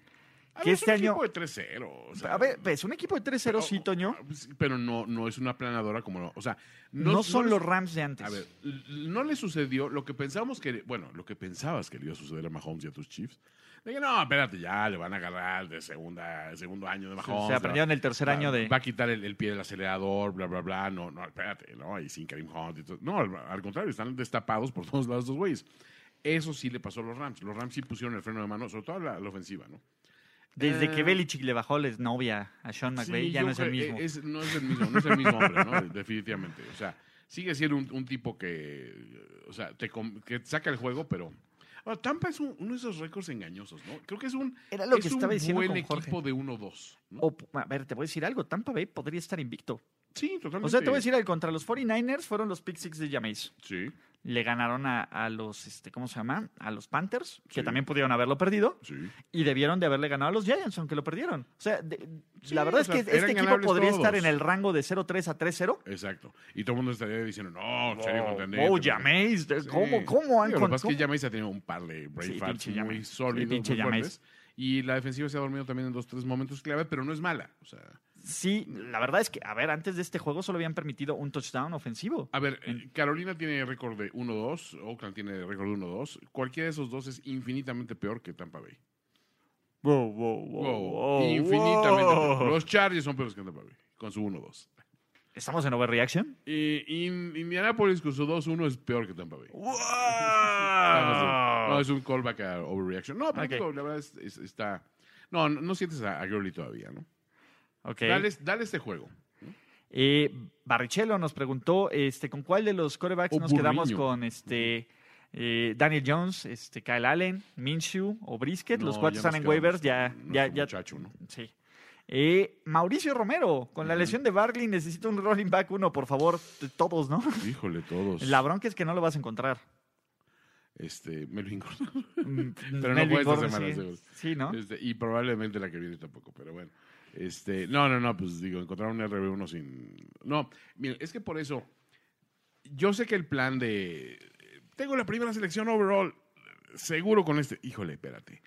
Speaker 2: A ver,
Speaker 3: que
Speaker 2: es
Speaker 3: este
Speaker 2: un
Speaker 3: año-
Speaker 2: equipo de 3-0. o sea,
Speaker 3: A ver, pues un equipo de 3-0, sí, Toño.
Speaker 2: pues, Pero no, no es una planadora como. no- O sea,
Speaker 3: No, son
Speaker 2: les-
Speaker 3: los Rams de antes.
Speaker 2: A ver, l- no le sucedió lo que pensamos que. Bueno, lo que pensabas que le iba a suceder a Mahomes y a tus Chiefs. De que no, espérate, ya le van a agarrar de segunda, segundo año de Mahomes.
Speaker 3: se
Speaker 2: le va-
Speaker 3: aprendieron el tercer
Speaker 2: va-
Speaker 3: año de...
Speaker 2: Va a quitar el, el pie del acelerador, bla, bla, bla. No, no, espérate, no. Y sin Karim Hunt. y todo. No, al, al contrario, están destapados por *laughs* todos lados los güeyes. Eso sí le pasó a los Rams. Los Rams sí pusieron el freno de mano, sobre todo a la, a la ofensiva, ¿no?
Speaker 3: Desde que
Speaker 2: Eh.
Speaker 3: Belichick le bajó la novia a Sean McVay,
Speaker 2: Sí,
Speaker 3: ya
Speaker 2: yo
Speaker 3: no es el
Speaker 2: creo- eh,
Speaker 3: mismo.
Speaker 2: es- no es el mismo, no es el mismo hombre, ¿no? Definitivamente. O sea, sigue siendo un, un tipo que, o sea, te, com- que te saca el juego, pero... Ahora, Tampa es un- uno de esos récords engañosos, ¿no? Creo que es un,
Speaker 3: Era lo
Speaker 2: es
Speaker 3: que
Speaker 2: un
Speaker 3: estaba diciendo
Speaker 2: buen
Speaker 3: con
Speaker 2: equipo
Speaker 3: Jorge.
Speaker 2: de 1-2. ¿no?
Speaker 3: O, a ver, te voy a decir algo. Tampa Bay podría estar invicto.
Speaker 2: Sí, totalmente.
Speaker 3: O sea, te voy a decir algo. Contra los 49ers fueron los pick six de Jameis.
Speaker 2: Sí,
Speaker 3: Le ganaron a, a los, este, ¿cómo se llama? A los Panthers, que
Speaker 2: Sí.
Speaker 3: también pudieron haberlo perdido.
Speaker 2: sí.
Speaker 3: Y debieron de haberle ganado a los Giants, aunque lo perdieron. O sea, de-
Speaker 2: Sí,
Speaker 3: la verdad
Speaker 2: o
Speaker 3: es
Speaker 2: sea,
Speaker 3: que
Speaker 2: eran
Speaker 3: este equipo
Speaker 2: ganables
Speaker 3: podría estar
Speaker 2: todos.
Speaker 3: en el rango de 0-3 a 3-0.
Speaker 2: Exacto. Y todo el mundo estaría diciendo, no, sería contendiente.
Speaker 3: Oh, Jameis, de- ¿cómo,
Speaker 2: Sí.
Speaker 3: cómo han
Speaker 2: Digo, Lo que pasa
Speaker 3: cómo-
Speaker 2: es que Jameis ha tenido un par de brain
Speaker 3: Sí,
Speaker 2: farts
Speaker 3: pinche
Speaker 2: muy
Speaker 3: Jameis.
Speaker 2: sólidos,
Speaker 3: Sí, pinche
Speaker 2: muy fuertes.
Speaker 3: Jameis.
Speaker 2: Y la defensiva se ha dormido también en dos, tres momentos clave, pero no es mala. O sea,
Speaker 3: Sí, la verdad es que, a ver, antes de este juego solo habían permitido un touchdown ofensivo.
Speaker 2: a ver, eh,
Speaker 3: Mm.
Speaker 2: Carolina tiene récord de 1-2, Oakland tiene récord de 1-2. Cualquiera de esos dos es infinitamente peor que Tampa Bay.
Speaker 3: Wow, Oh, wow,
Speaker 2: Wow, infinitamente peor. *laughs* Los Chargers son peores que Tampa Bay, con su 1-2.
Speaker 3: ¿Estamos en overreaction?
Speaker 2: Y In- Indianapolis con su 2-1 es peor que Tampa Bay.
Speaker 3: ¡Wow!
Speaker 2: Ah, No, es un callback a Overreaction. No, pero
Speaker 3: Ok.
Speaker 2: digo, la verdad es- es- está... No, no, no sientes a, a Gurley todavía, ¿no?
Speaker 3: Ok.
Speaker 2: Dale, dale este juego.
Speaker 3: Eh, Barrichello nos preguntó este, con cuál de los corebacks
Speaker 2: O
Speaker 3: nos quedamos
Speaker 2: Burriño.
Speaker 3: con este eh, Daniel Jones, este, Kyle Allen, Minshew o Brisket. los
Speaker 2: No,
Speaker 3: cuatro
Speaker 2: ya
Speaker 3: están
Speaker 2: nos
Speaker 3: en
Speaker 2: quedamos
Speaker 3: waivers,
Speaker 2: con
Speaker 3: ya, ya,
Speaker 2: nuestro
Speaker 3: ya.
Speaker 2: muchacho, ¿no?
Speaker 3: Sí. Eh, Mauricio Romero, con la lesión de Barkley necesito un rolling back uno, por favor, t- todos,
Speaker 2: *laughs*
Speaker 3: ¿no?
Speaker 2: Híjole, todos.
Speaker 3: La bronca es que no lo vas
Speaker 2: *laughs*
Speaker 3: a encontrar.
Speaker 2: Este, Melvin Gordon.
Speaker 3: Pero
Speaker 2: no fue esta semana, seguro.
Speaker 3: sí. Sí, ¿no?
Speaker 2: Este, y probablemente la que viene tampoco, pero bueno. Este, no, no, no, pues digo, encontrar un RB1 sin. No, miren, es que por eso. Yo sé que el plan de. Tengo la primera selección overall. Seguro con este. Híjole, espérate.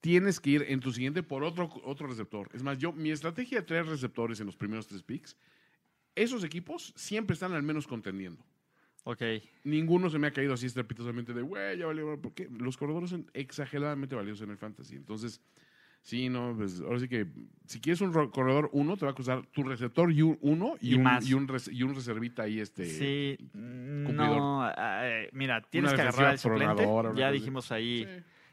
Speaker 2: Tienes que ir en tu siguiente por otro, otro receptor. Es más, yo, mi estrategia de tres receptores en los primeros tres picks, esos equipos siempre están al menos contendiendo.
Speaker 3: Ok.
Speaker 2: Ninguno se me ha caído así estrepitosamente de, güey, ya valió, porque los corredores son exageradamente valiosos en el fantasy. Entonces, sí, no, pues ahora sí que si quieres un ro- corredor uno, te va a costar tu receptor y un, uno y,
Speaker 3: Y
Speaker 2: un,
Speaker 3: más.
Speaker 2: y un res- y un reservita ahí, este.
Speaker 3: Sí,
Speaker 2: cumplidor.
Speaker 3: no, ah, eh, mira, tienes que
Speaker 2: defensiva
Speaker 3: agarrar al suplente.
Speaker 2: tronadora, una
Speaker 3: Ya
Speaker 2: cosa
Speaker 3: dijimos ahí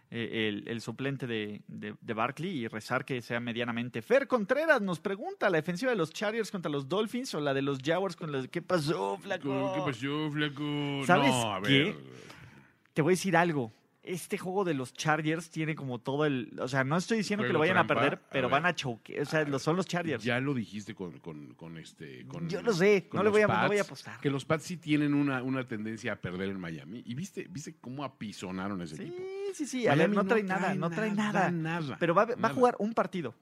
Speaker 2: Sí.
Speaker 3: eh, el, el suplente de, de, de Barkley y rezar que sea medianamente. Fer Contreras nos pregunta, ¿la defensiva de los Chargers contra los Dolphins o la de los Jaguars con los... ¿Qué pasó, flaco?
Speaker 2: ¿Qué pasó, flaco?
Speaker 3: ¿Sabes
Speaker 2: no, a
Speaker 3: qué?
Speaker 2: ver.
Speaker 3: Te voy a decir algo. Este juego de los Chargers tiene como todo el... O sea, no estoy diciendo que
Speaker 2: Juego
Speaker 3: lo vayan a
Speaker 2: trampa,
Speaker 3: perder,
Speaker 2: a
Speaker 3: pero
Speaker 2: ver.
Speaker 3: van a choque. O sea, lo- son los Chargers.
Speaker 2: Ya lo dijiste con, con, con este. Con,
Speaker 3: Yo lo sé,
Speaker 2: con
Speaker 3: no le
Speaker 2: los
Speaker 3: voy a- no voy a
Speaker 2: Pats,
Speaker 3: apostar.
Speaker 2: Que los Pats sí tienen una, una tendencia a perder en Miami. ¿Y viste, viste cómo apisonaron ese equipo?
Speaker 3: Sí, sí, sí. A ver,
Speaker 2: Miami
Speaker 3: no trae nada, no trae nada. Pero va, va a
Speaker 2: nada.
Speaker 3: jugar un partido.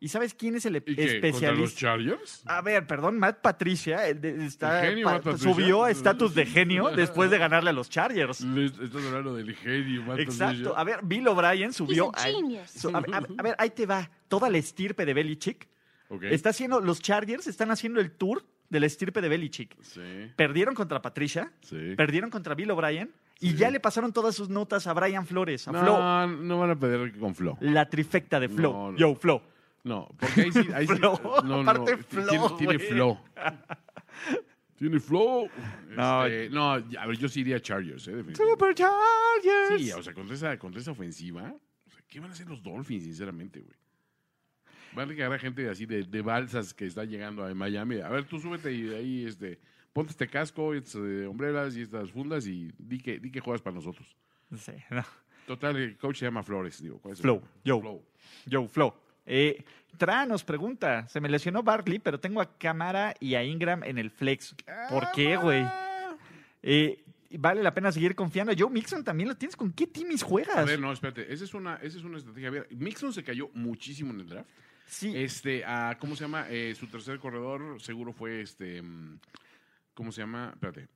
Speaker 3: ¿Y sabes quién es el
Speaker 2: ¿Y qué, ¿Contra los
Speaker 3: especialista?
Speaker 2: Chargers?
Speaker 3: A ver, perdón, Matt Patricia el de- está,
Speaker 2: El genio
Speaker 3: pa-
Speaker 2: Matt Patricia.
Speaker 3: subió a estatus de genio después de ganarle a los Chargers.
Speaker 2: Le- Estás hablando del genio, Matt
Speaker 3: Exacto.
Speaker 2: Patricia.
Speaker 3: A ver, Bill O'Brien subió.
Speaker 4: He's a genius.
Speaker 3: so- a, ver, a ver, a ver, ahí te va. Toda la estirpe de Belichick.
Speaker 2: Ok,
Speaker 3: Está haciendo, los Chargers están haciendo el tour de la estirpe de Belichick.
Speaker 2: Sí,
Speaker 3: Perdieron contra Patricia,
Speaker 2: sí.
Speaker 3: perdieron contra Bill O'Brien y ya le pasaron todas sus notas a Brian Flores, a Flo.
Speaker 2: No, no van a perder con Flo.
Speaker 3: La trifecta de Flow.
Speaker 2: No, no.
Speaker 3: Yo, Flow.
Speaker 2: No, porque ahí sí. Ahí sí eh,
Speaker 3: Flo,
Speaker 2: no, no,
Speaker 3: aparte
Speaker 2: no, Tiene,
Speaker 3: Flo,
Speaker 2: tiene
Speaker 3: güey. *laughs*
Speaker 2: Flo. Tiene Flo.
Speaker 3: No.
Speaker 2: Este, no, a ver, yo sí iría Chargers, ¿eh? definitivamente.
Speaker 3: Superchargers.
Speaker 2: Sí, o sea, contra esa, contra esa ofensiva, o sea, ¿qué van a hacer los Dolphins, sinceramente, güey? Van a llegar a gente así de, de balsas que está llegando a Miami. A ver, tú súbete y de ahí, este, ponte este casco, estas eh, hombreras y estas fundas y di que, di que juegas para nosotros.
Speaker 3: Sí, *laughs* no.
Speaker 2: Total, el coach se llama Flores, digo. ¿cuál es el
Speaker 3: Flow,
Speaker 2: nombre?
Speaker 3: yo.
Speaker 2: Flow.
Speaker 3: Yo, Flow. Eh, Tra nos pregunta, se me lesionó Barkley, pero tengo a Camara y a Ingram en el flex. ¿Por
Speaker 2: Ah,
Speaker 3: qué, güey? Eh, vale la pena seguir confiando. Joe Mixon también lo tienes. ¿Con qué timis
Speaker 2: A
Speaker 3: juegas?
Speaker 2: ver, no, espérate. Esa es una, esa es una estrategia. A ver, Mixon se cayó muchísimo en el draft.
Speaker 3: sí,
Speaker 2: Este, ah, ¿cómo se llama? Eh, su tercer corredor seguro fue este. mm, ¿Cómo se llama? Espérate.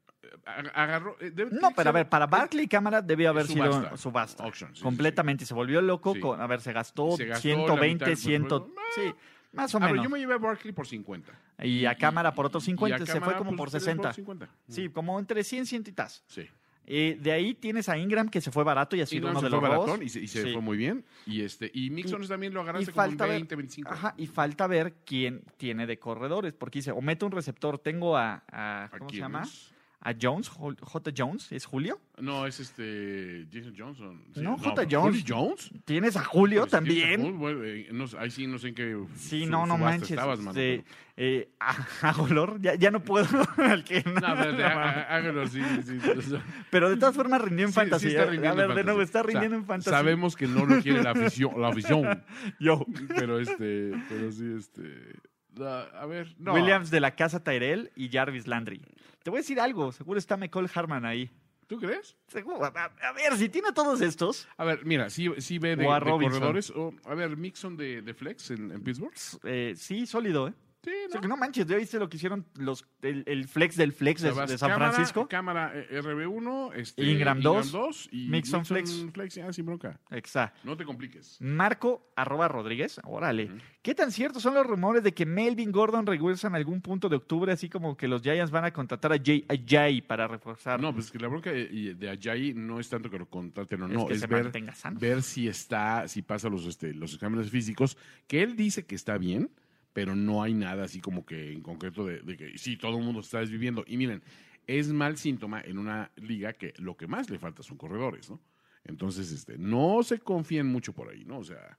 Speaker 2: Ag- Agarró. eh, debe- tiene
Speaker 3: no,
Speaker 2: que
Speaker 3: pero
Speaker 2: ser-
Speaker 3: a ver, para Barkley y Cámara debió haber sido
Speaker 2: Subasta.
Speaker 3: subasta.
Speaker 2: Auction, sí, sí, sí.
Speaker 3: completamente. Se volvió loco.
Speaker 2: Sí.
Speaker 3: Con, a ver, se gastó,
Speaker 2: Se gastó la
Speaker 3: 120,
Speaker 2: mitad del
Speaker 3: 100.
Speaker 2: presupuesto. Ah,
Speaker 3: Sí, más o
Speaker 2: A ver,
Speaker 3: menos.
Speaker 2: yo me llevé a Barkley por 50.
Speaker 3: Y a Cámara por otros
Speaker 2: y-
Speaker 3: 50.
Speaker 2: y a
Speaker 3: se fue
Speaker 2: Cámara,
Speaker 3: como
Speaker 2: pues,
Speaker 3: por
Speaker 2: tres Mm.
Speaker 3: 60.
Speaker 2: 50.
Speaker 3: Sí, como entre 100, 100 y tas.
Speaker 2: Sí.
Speaker 3: Eh, de ahí tienes a Ingram, que se fue barato y ha sido
Speaker 2: Ingram
Speaker 3: uno
Speaker 2: se
Speaker 3: de
Speaker 2: fue
Speaker 3: los robos.
Speaker 2: baratón y se, y se
Speaker 3: Sí.
Speaker 2: fue muy bien. Y este y Mixon también lo
Speaker 3: Y
Speaker 2: agarraste como en
Speaker 3: falta,
Speaker 2: 20,
Speaker 3: ver,
Speaker 2: 25.
Speaker 3: ajá, y falta ver quién tiene de corredores, porque dice, o meto un receptor, tengo a, a-
Speaker 2: ¿A
Speaker 3: ¿cómo se
Speaker 2: quién
Speaker 3: llama?
Speaker 2: es?
Speaker 3: a Jones, Jul- J. Jones, ¿es Julio?
Speaker 2: No, es este. Jason Johnson.
Speaker 3: No, J. Jones.
Speaker 2: ¿Julio Jones?
Speaker 3: Tienes a Julio
Speaker 2: Pues, Jason
Speaker 3: también.
Speaker 2: Jones, bueno, eh, no sé, ahí sí, no sé en qué.
Speaker 3: Sí,
Speaker 2: su-
Speaker 3: no, no
Speaker 2: subasta
Speaker 3: manches.
Speaker 2: Estabas, mano,
Speaker 3: este, eh, a, a olor, ya, ya no puedo. *laughs* al que no,
Speaker 2: pero- No, espérate,
Speaker 3: no,
Speaker 2: há- há- hágalo, sí, sí.
Speaker 3: *laughs*
Speaker 2: sí, o sea,
Speaker 3: Pero de todas formas rindió
Speaker 2: sí,
Speaker 3: en
Speaker 2: sí
Speaker 3: fantasía.
Speaker 2: está rindiendo
Speaker 3: a
Speaker 2: en
Speaker 3: ver, de
Speaker 2: fantasy.
Speaker 3: nuevo, está
Speaker 2: O sea,
Speaker 3: rindiendo en fantasía.
Speaker 2: Sabemos que no lo
Speaker 3: *laughs*
Speaker 2: quiere la afición, la afición
Speaker 3: Yo.
Speaker 2: pero este, pero sí, este. da- a ver, no.
Speaker 3: Williams de la casa Tyrell y Jarvis Landry. Te voy a decir algo, seguro está McCall Harman ahí.
Speaker 2: ¿Tú crees?
Speaker 3: Seguro, a, a- a ver, si tiene a todos estos,
Speaker 2: A ver, mira, sí, sí ve de,
Speaker 3: O a
Speaker 2: de
Speaker 3: Robinson.
Speaker 2: corredores. o- a ver, Mixon de, de Flex en, en Pittsburgh.
Speaker 3: eh, sí, sólido, ¿eh?
Speaker 2: Sí,
Speaker 3: O
Speaker 2: ¿no?
Speaker 3: sea, que no manches, ¿ya viste lo que hicieron los, el, el flex del flex de,
Speaker 2: O sea, vas
Speaker 3: de San
Speaker 2: cámara-
Speaker 3: Francisco?
Speaker 2: Cámara, eh, RB1, este,
Speaker 3: Ingram dos,
Speaker 2: y
Speaker 3: Mixon
Speaker 2: Mixon,
Speaker 3: Flex.
Speaker 2: Flex. ah, sin bronca.
Speaker 3: Exacto.
Speaker 2: No te compliques.
Speaker 3: Marco arroba Rodríguez, órale.
Speaker 2: Ujú.
Speaker 3: ¿Qué tan ciertos son los rumores de que Melvin Gordon regresa en algún punto de octubre, así como que los Giants van a contratar a Jay, a Jay para reforzar?
Speaker 2: No, pues es que la bronca de, y de Ajayi no es tanto que lo contraten o
Speaker 3: Es
Speaker 2: no,
Speaker 3: que
Speaker 2: es,
Speaker 3: se
Speaker 2: ver,
Speaker 3: mantenga sano.
Speaker 2: ver si está, si pasa los, este, los exámenes físicos, que él dice que está bien, pero no hay nada así como que en concreto de, de que sí, todo el mundo está desviviendo. Y miren, es mal síntoma en una liga que lo que más le falta son corredores, ¿no? Entonces, este, no se confíen mucho por ahí, ¿no? O sea,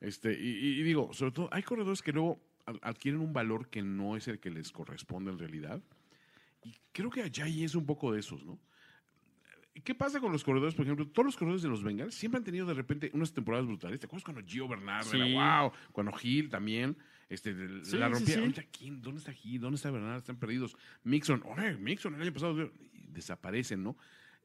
Speaker 2: este, y, y- y digo, sobre todo, hay corredores que luego ad- adquieren un valor que no es el que les corresponde en realidad. Y creo que Ajayi es un poco de esos, ¿no? ¿Qué pasa con los corredores, por ejemplo? Todos los corredores de los Bengals siempre han tenido de repente unas temporadas brutales. ¿Te acuerdas cuando Gio Bernardo
Speaker 3: Sí.
Speaker 2: era wow? Cuando Gil también este, de-
Speaker 3: Sí,
Speaker 2: la
Speaker 3: sí,
Speaker 2: rompía.
Speaker 3: sí.
Speaker 2: Ahorita, ¿quién? ¿Dónde está Gil? ¿Dónde está Bernardo? Están perdidos. Mixon, ¡ole! Mixon el año pasado y desaparecen, ¿no?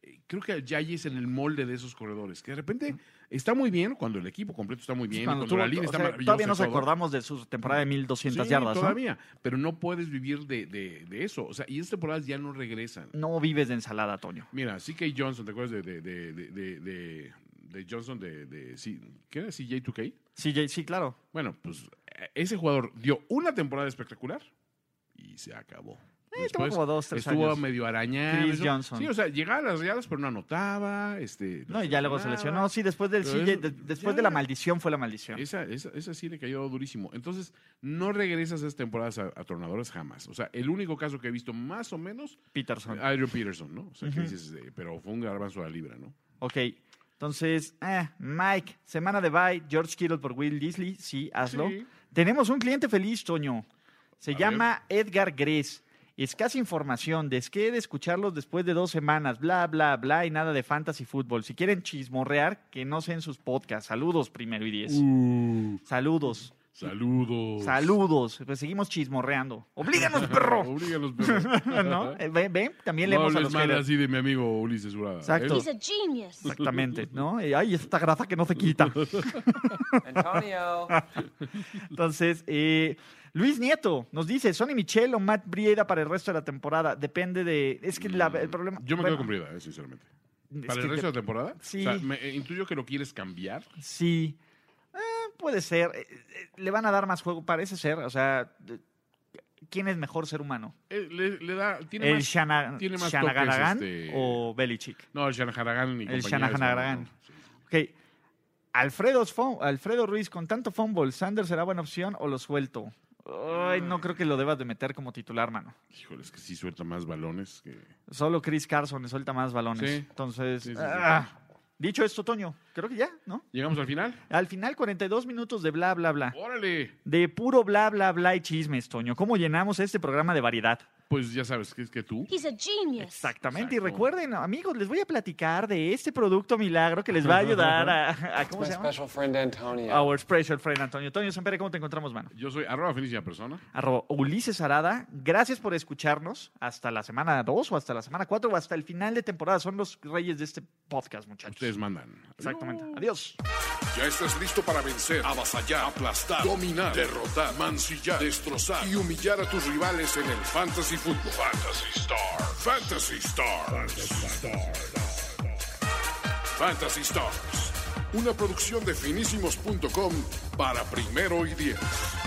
Speaker 2: Eh, Creo que Ajayi es en el molde de esos corredores, que de repente está muy bien cuando el equipo completo está muy bien, y
Speaker 3: Cuando
Speaker 2: cuando,
Speaker 3: tuvo-
Speaker 2: la línea
Speaker 3: o
Speaker 2: está
Speaker 3: sea,
Speaker 2: maravillosa.
Speaker 3: todavía
Speaker 2: y
Speaker 3: nos
Speaker 2: todo.
Speaker 3: acordamos de su temporada de 1200
Speaker 2: Sí,
Speaker 3: yardas, ¿no?
Speaker 2: todavía, pero no puedes vivir de, de- de eso. O sea, y estas temporadas ya no regresan.
Speaker 3: No vives de ensalada, Toño.
Speaker 2: Mira, CK Johnson, ¿te acuerdas de, de, de, de, de- de- de Johnson de, de- sí, ¿qué era CJ2K?
Speaker 3: Sí, Jay- sí, claro.
Speaker 2: Bueno, pues eh, ese jugador dio una temporada espectacular y se acabó.
Speaker 3: Eh, tuvo como dos, tres
Speaker 2: estuvo
Speaker 3: años.
Speaker 2: medio arañado.
Speaker 3: Chris Johnson.
Speaker 2: Sí, o sea, llegaba a las reales, pero no anotaba. Este,
Speaker 3: No, y ya luego se lesionó. Sí, después del
Speaker 2: Pero
Speaker 3: CJ,
Speaker 2: es-
Speaker 3: de- después
Speaker 2: Pues, ya.
Speaker 3: de la maldición fue la maldición.
Speaker 2: Esa, esa, esa sí le cayó durísimo. Entonces, no regresas a esas temporadas a- atornadoras jamás. O sea, el único caso que he visto más o menos,
Speaker 3: Peterson.
Speaker 2: Adrian Peterson, ¿no? O sea, que dices, eh, pero fue un garbanzo a la libra, ¿no?
Speaker 3: Ok. Entonces, eh, Mike, semana de bye, George Kittle por Will Disley, sí, hazlo.
Speaker 2: Sí.
Speaker 3: Tenemos un cliente feliz, Toño. Se
Speaker 2: A
Speaker 3: llama Edgar Gress. Escasa información, desqué de escucharlos después de dos semanas, bla, bla, bla, y nada de fantasy fútbol. Si quieren chismorrear, que no sean sus podcasts. Saludos primero y diez.
Speaker 2: Uh,
Speaker 3: Saludos,
Speaker 2: saludos.
Speaker 3: saludos. Pues seguimos chismorreando. ¡Oblíganos,
Speaker 2: *laughs*
Speaker 3: perro!
Speaker 2: Oblíganos,
Speaker 3: *laughs*
Speaker 2: perro.
Speaker 3: ¿No? Eh, ¿Ven? ven, También
Speaker 2: No
Speaker 3: leemos a
Speaker 2: hables
Speaker 3: los
Speaker 2: mal
Speaker 3: haters.
Speaker 2: así de mi amigo Ulises Urada.
Speaker 3: Exacto.
Speaker 4: He's a genius.
Speaker 2: *laughs*
Speaker 3: Exactamente, ¿no? Y, Ay, esta grasa que no se quita.
Speaker 5: Antonio.
Speaker 3: Entonces, eh, Luis Nieto nos dice, Sonny Michel o Matt Brieda para el resto de la temporada. Depende de... Es que la- el problema...
Speaker 2: Mm, Yo me
Speaker 3: bueno,
Speaker 2: quedo con Brida, eh, sinceramente.
Speaker 3: es
Speaker 2: ¿Para
Speaker 3: que
Speaker 2: el resto
Speaker 3: de-
Speaker 2: de la temporada?
Speaker 3: Sí.
Speaker 2: O sea, me, eh, intuyo que lo quieres cambiar.
Speaker 3: Sí. Eh, puede ser. Eh, eh, Le van a dar más juego, parece ser. O sea, de- ¿quién es mejor ser humano?
Speaker 2: Eh, le, le da, tiene
Speaker 3: ¿El
Speaker 2: más-
Speaker 3: Shana-
Speaker 2: tiene más
Speaker 3: Shanahan
Speaker 2: toques, este-
Speaker 3: o Belichick?
Speaker 2: No, el Shanahan y compañía, eso
Speaker 3: Shanahan-Aragán.
Speaker 2: no, sí.
Speaker 3: Ok. Alfredo, Sfo- Alfredo Ruiz, con tanto fumble, ¿Sanders será buena opción o lo suelto? Ay, no creo que lo debas de meter como titular, mano.
Speaker 2: Híjole, es que sí suelta más balones que...
Speaker 3: Solo Chris Carson le suelta más balones.
Speaker 2: Sí.
Speaker 3: Entonces,
Speaker 2: Sí, sí, sí.
Speaker 3: ah. dicho esto, Toño, creo que ya, ¿no?
Speaker 2: ¿Llegamos al final?
Speaker 3: Al final, 42 minutos de bla, bla, bla.
Speaker 2: ¡Órale!
Speaker 3: De puro bla, bla, bla y chismes, Toño. ¿Cómo llenamos este programa de variedad?
Speaker 2: Pues ya sabes que es que tú...
Speaker 4: He's a genius.
Speaker 3: Exactamente. Y
Speaker 2: Exacto.
Speaker 3: recuerden, amigos, les voy a platicar de este producto milagro que les va a ayudar a, a- ¿cómo
Speaker 5: My
Speaker 2: *laughs*
Speaker 3: se llama?
Speaker 5: special friend Antonio.
Speaker 3: Our special friend, Antonio. Toño Sempere, ¿cómo te encontramos, mano?
Speaker 2: Yo soy arroba finísima persona.
Speaker 3: arroba Ulises Arada. Gracias por escucharnos hasta la semana 2 o hasta la semana 4 o hasta el final de temporada. Son los reyes de este podcast, muchachos.
Speaker 2: Ustedes mandan.
Speaker 3: Exactamente. Adiós.
Speaker 1: Ya estás listo para vencer, avasallar, aplastar, dominar, derrotar, mancillar, destrozar y humillar a tus rivales en el Fantasy Football. Fantasy Star. Fantasy Stars. Fantasy Stars. Una producción de finísimos.com para primero y diez.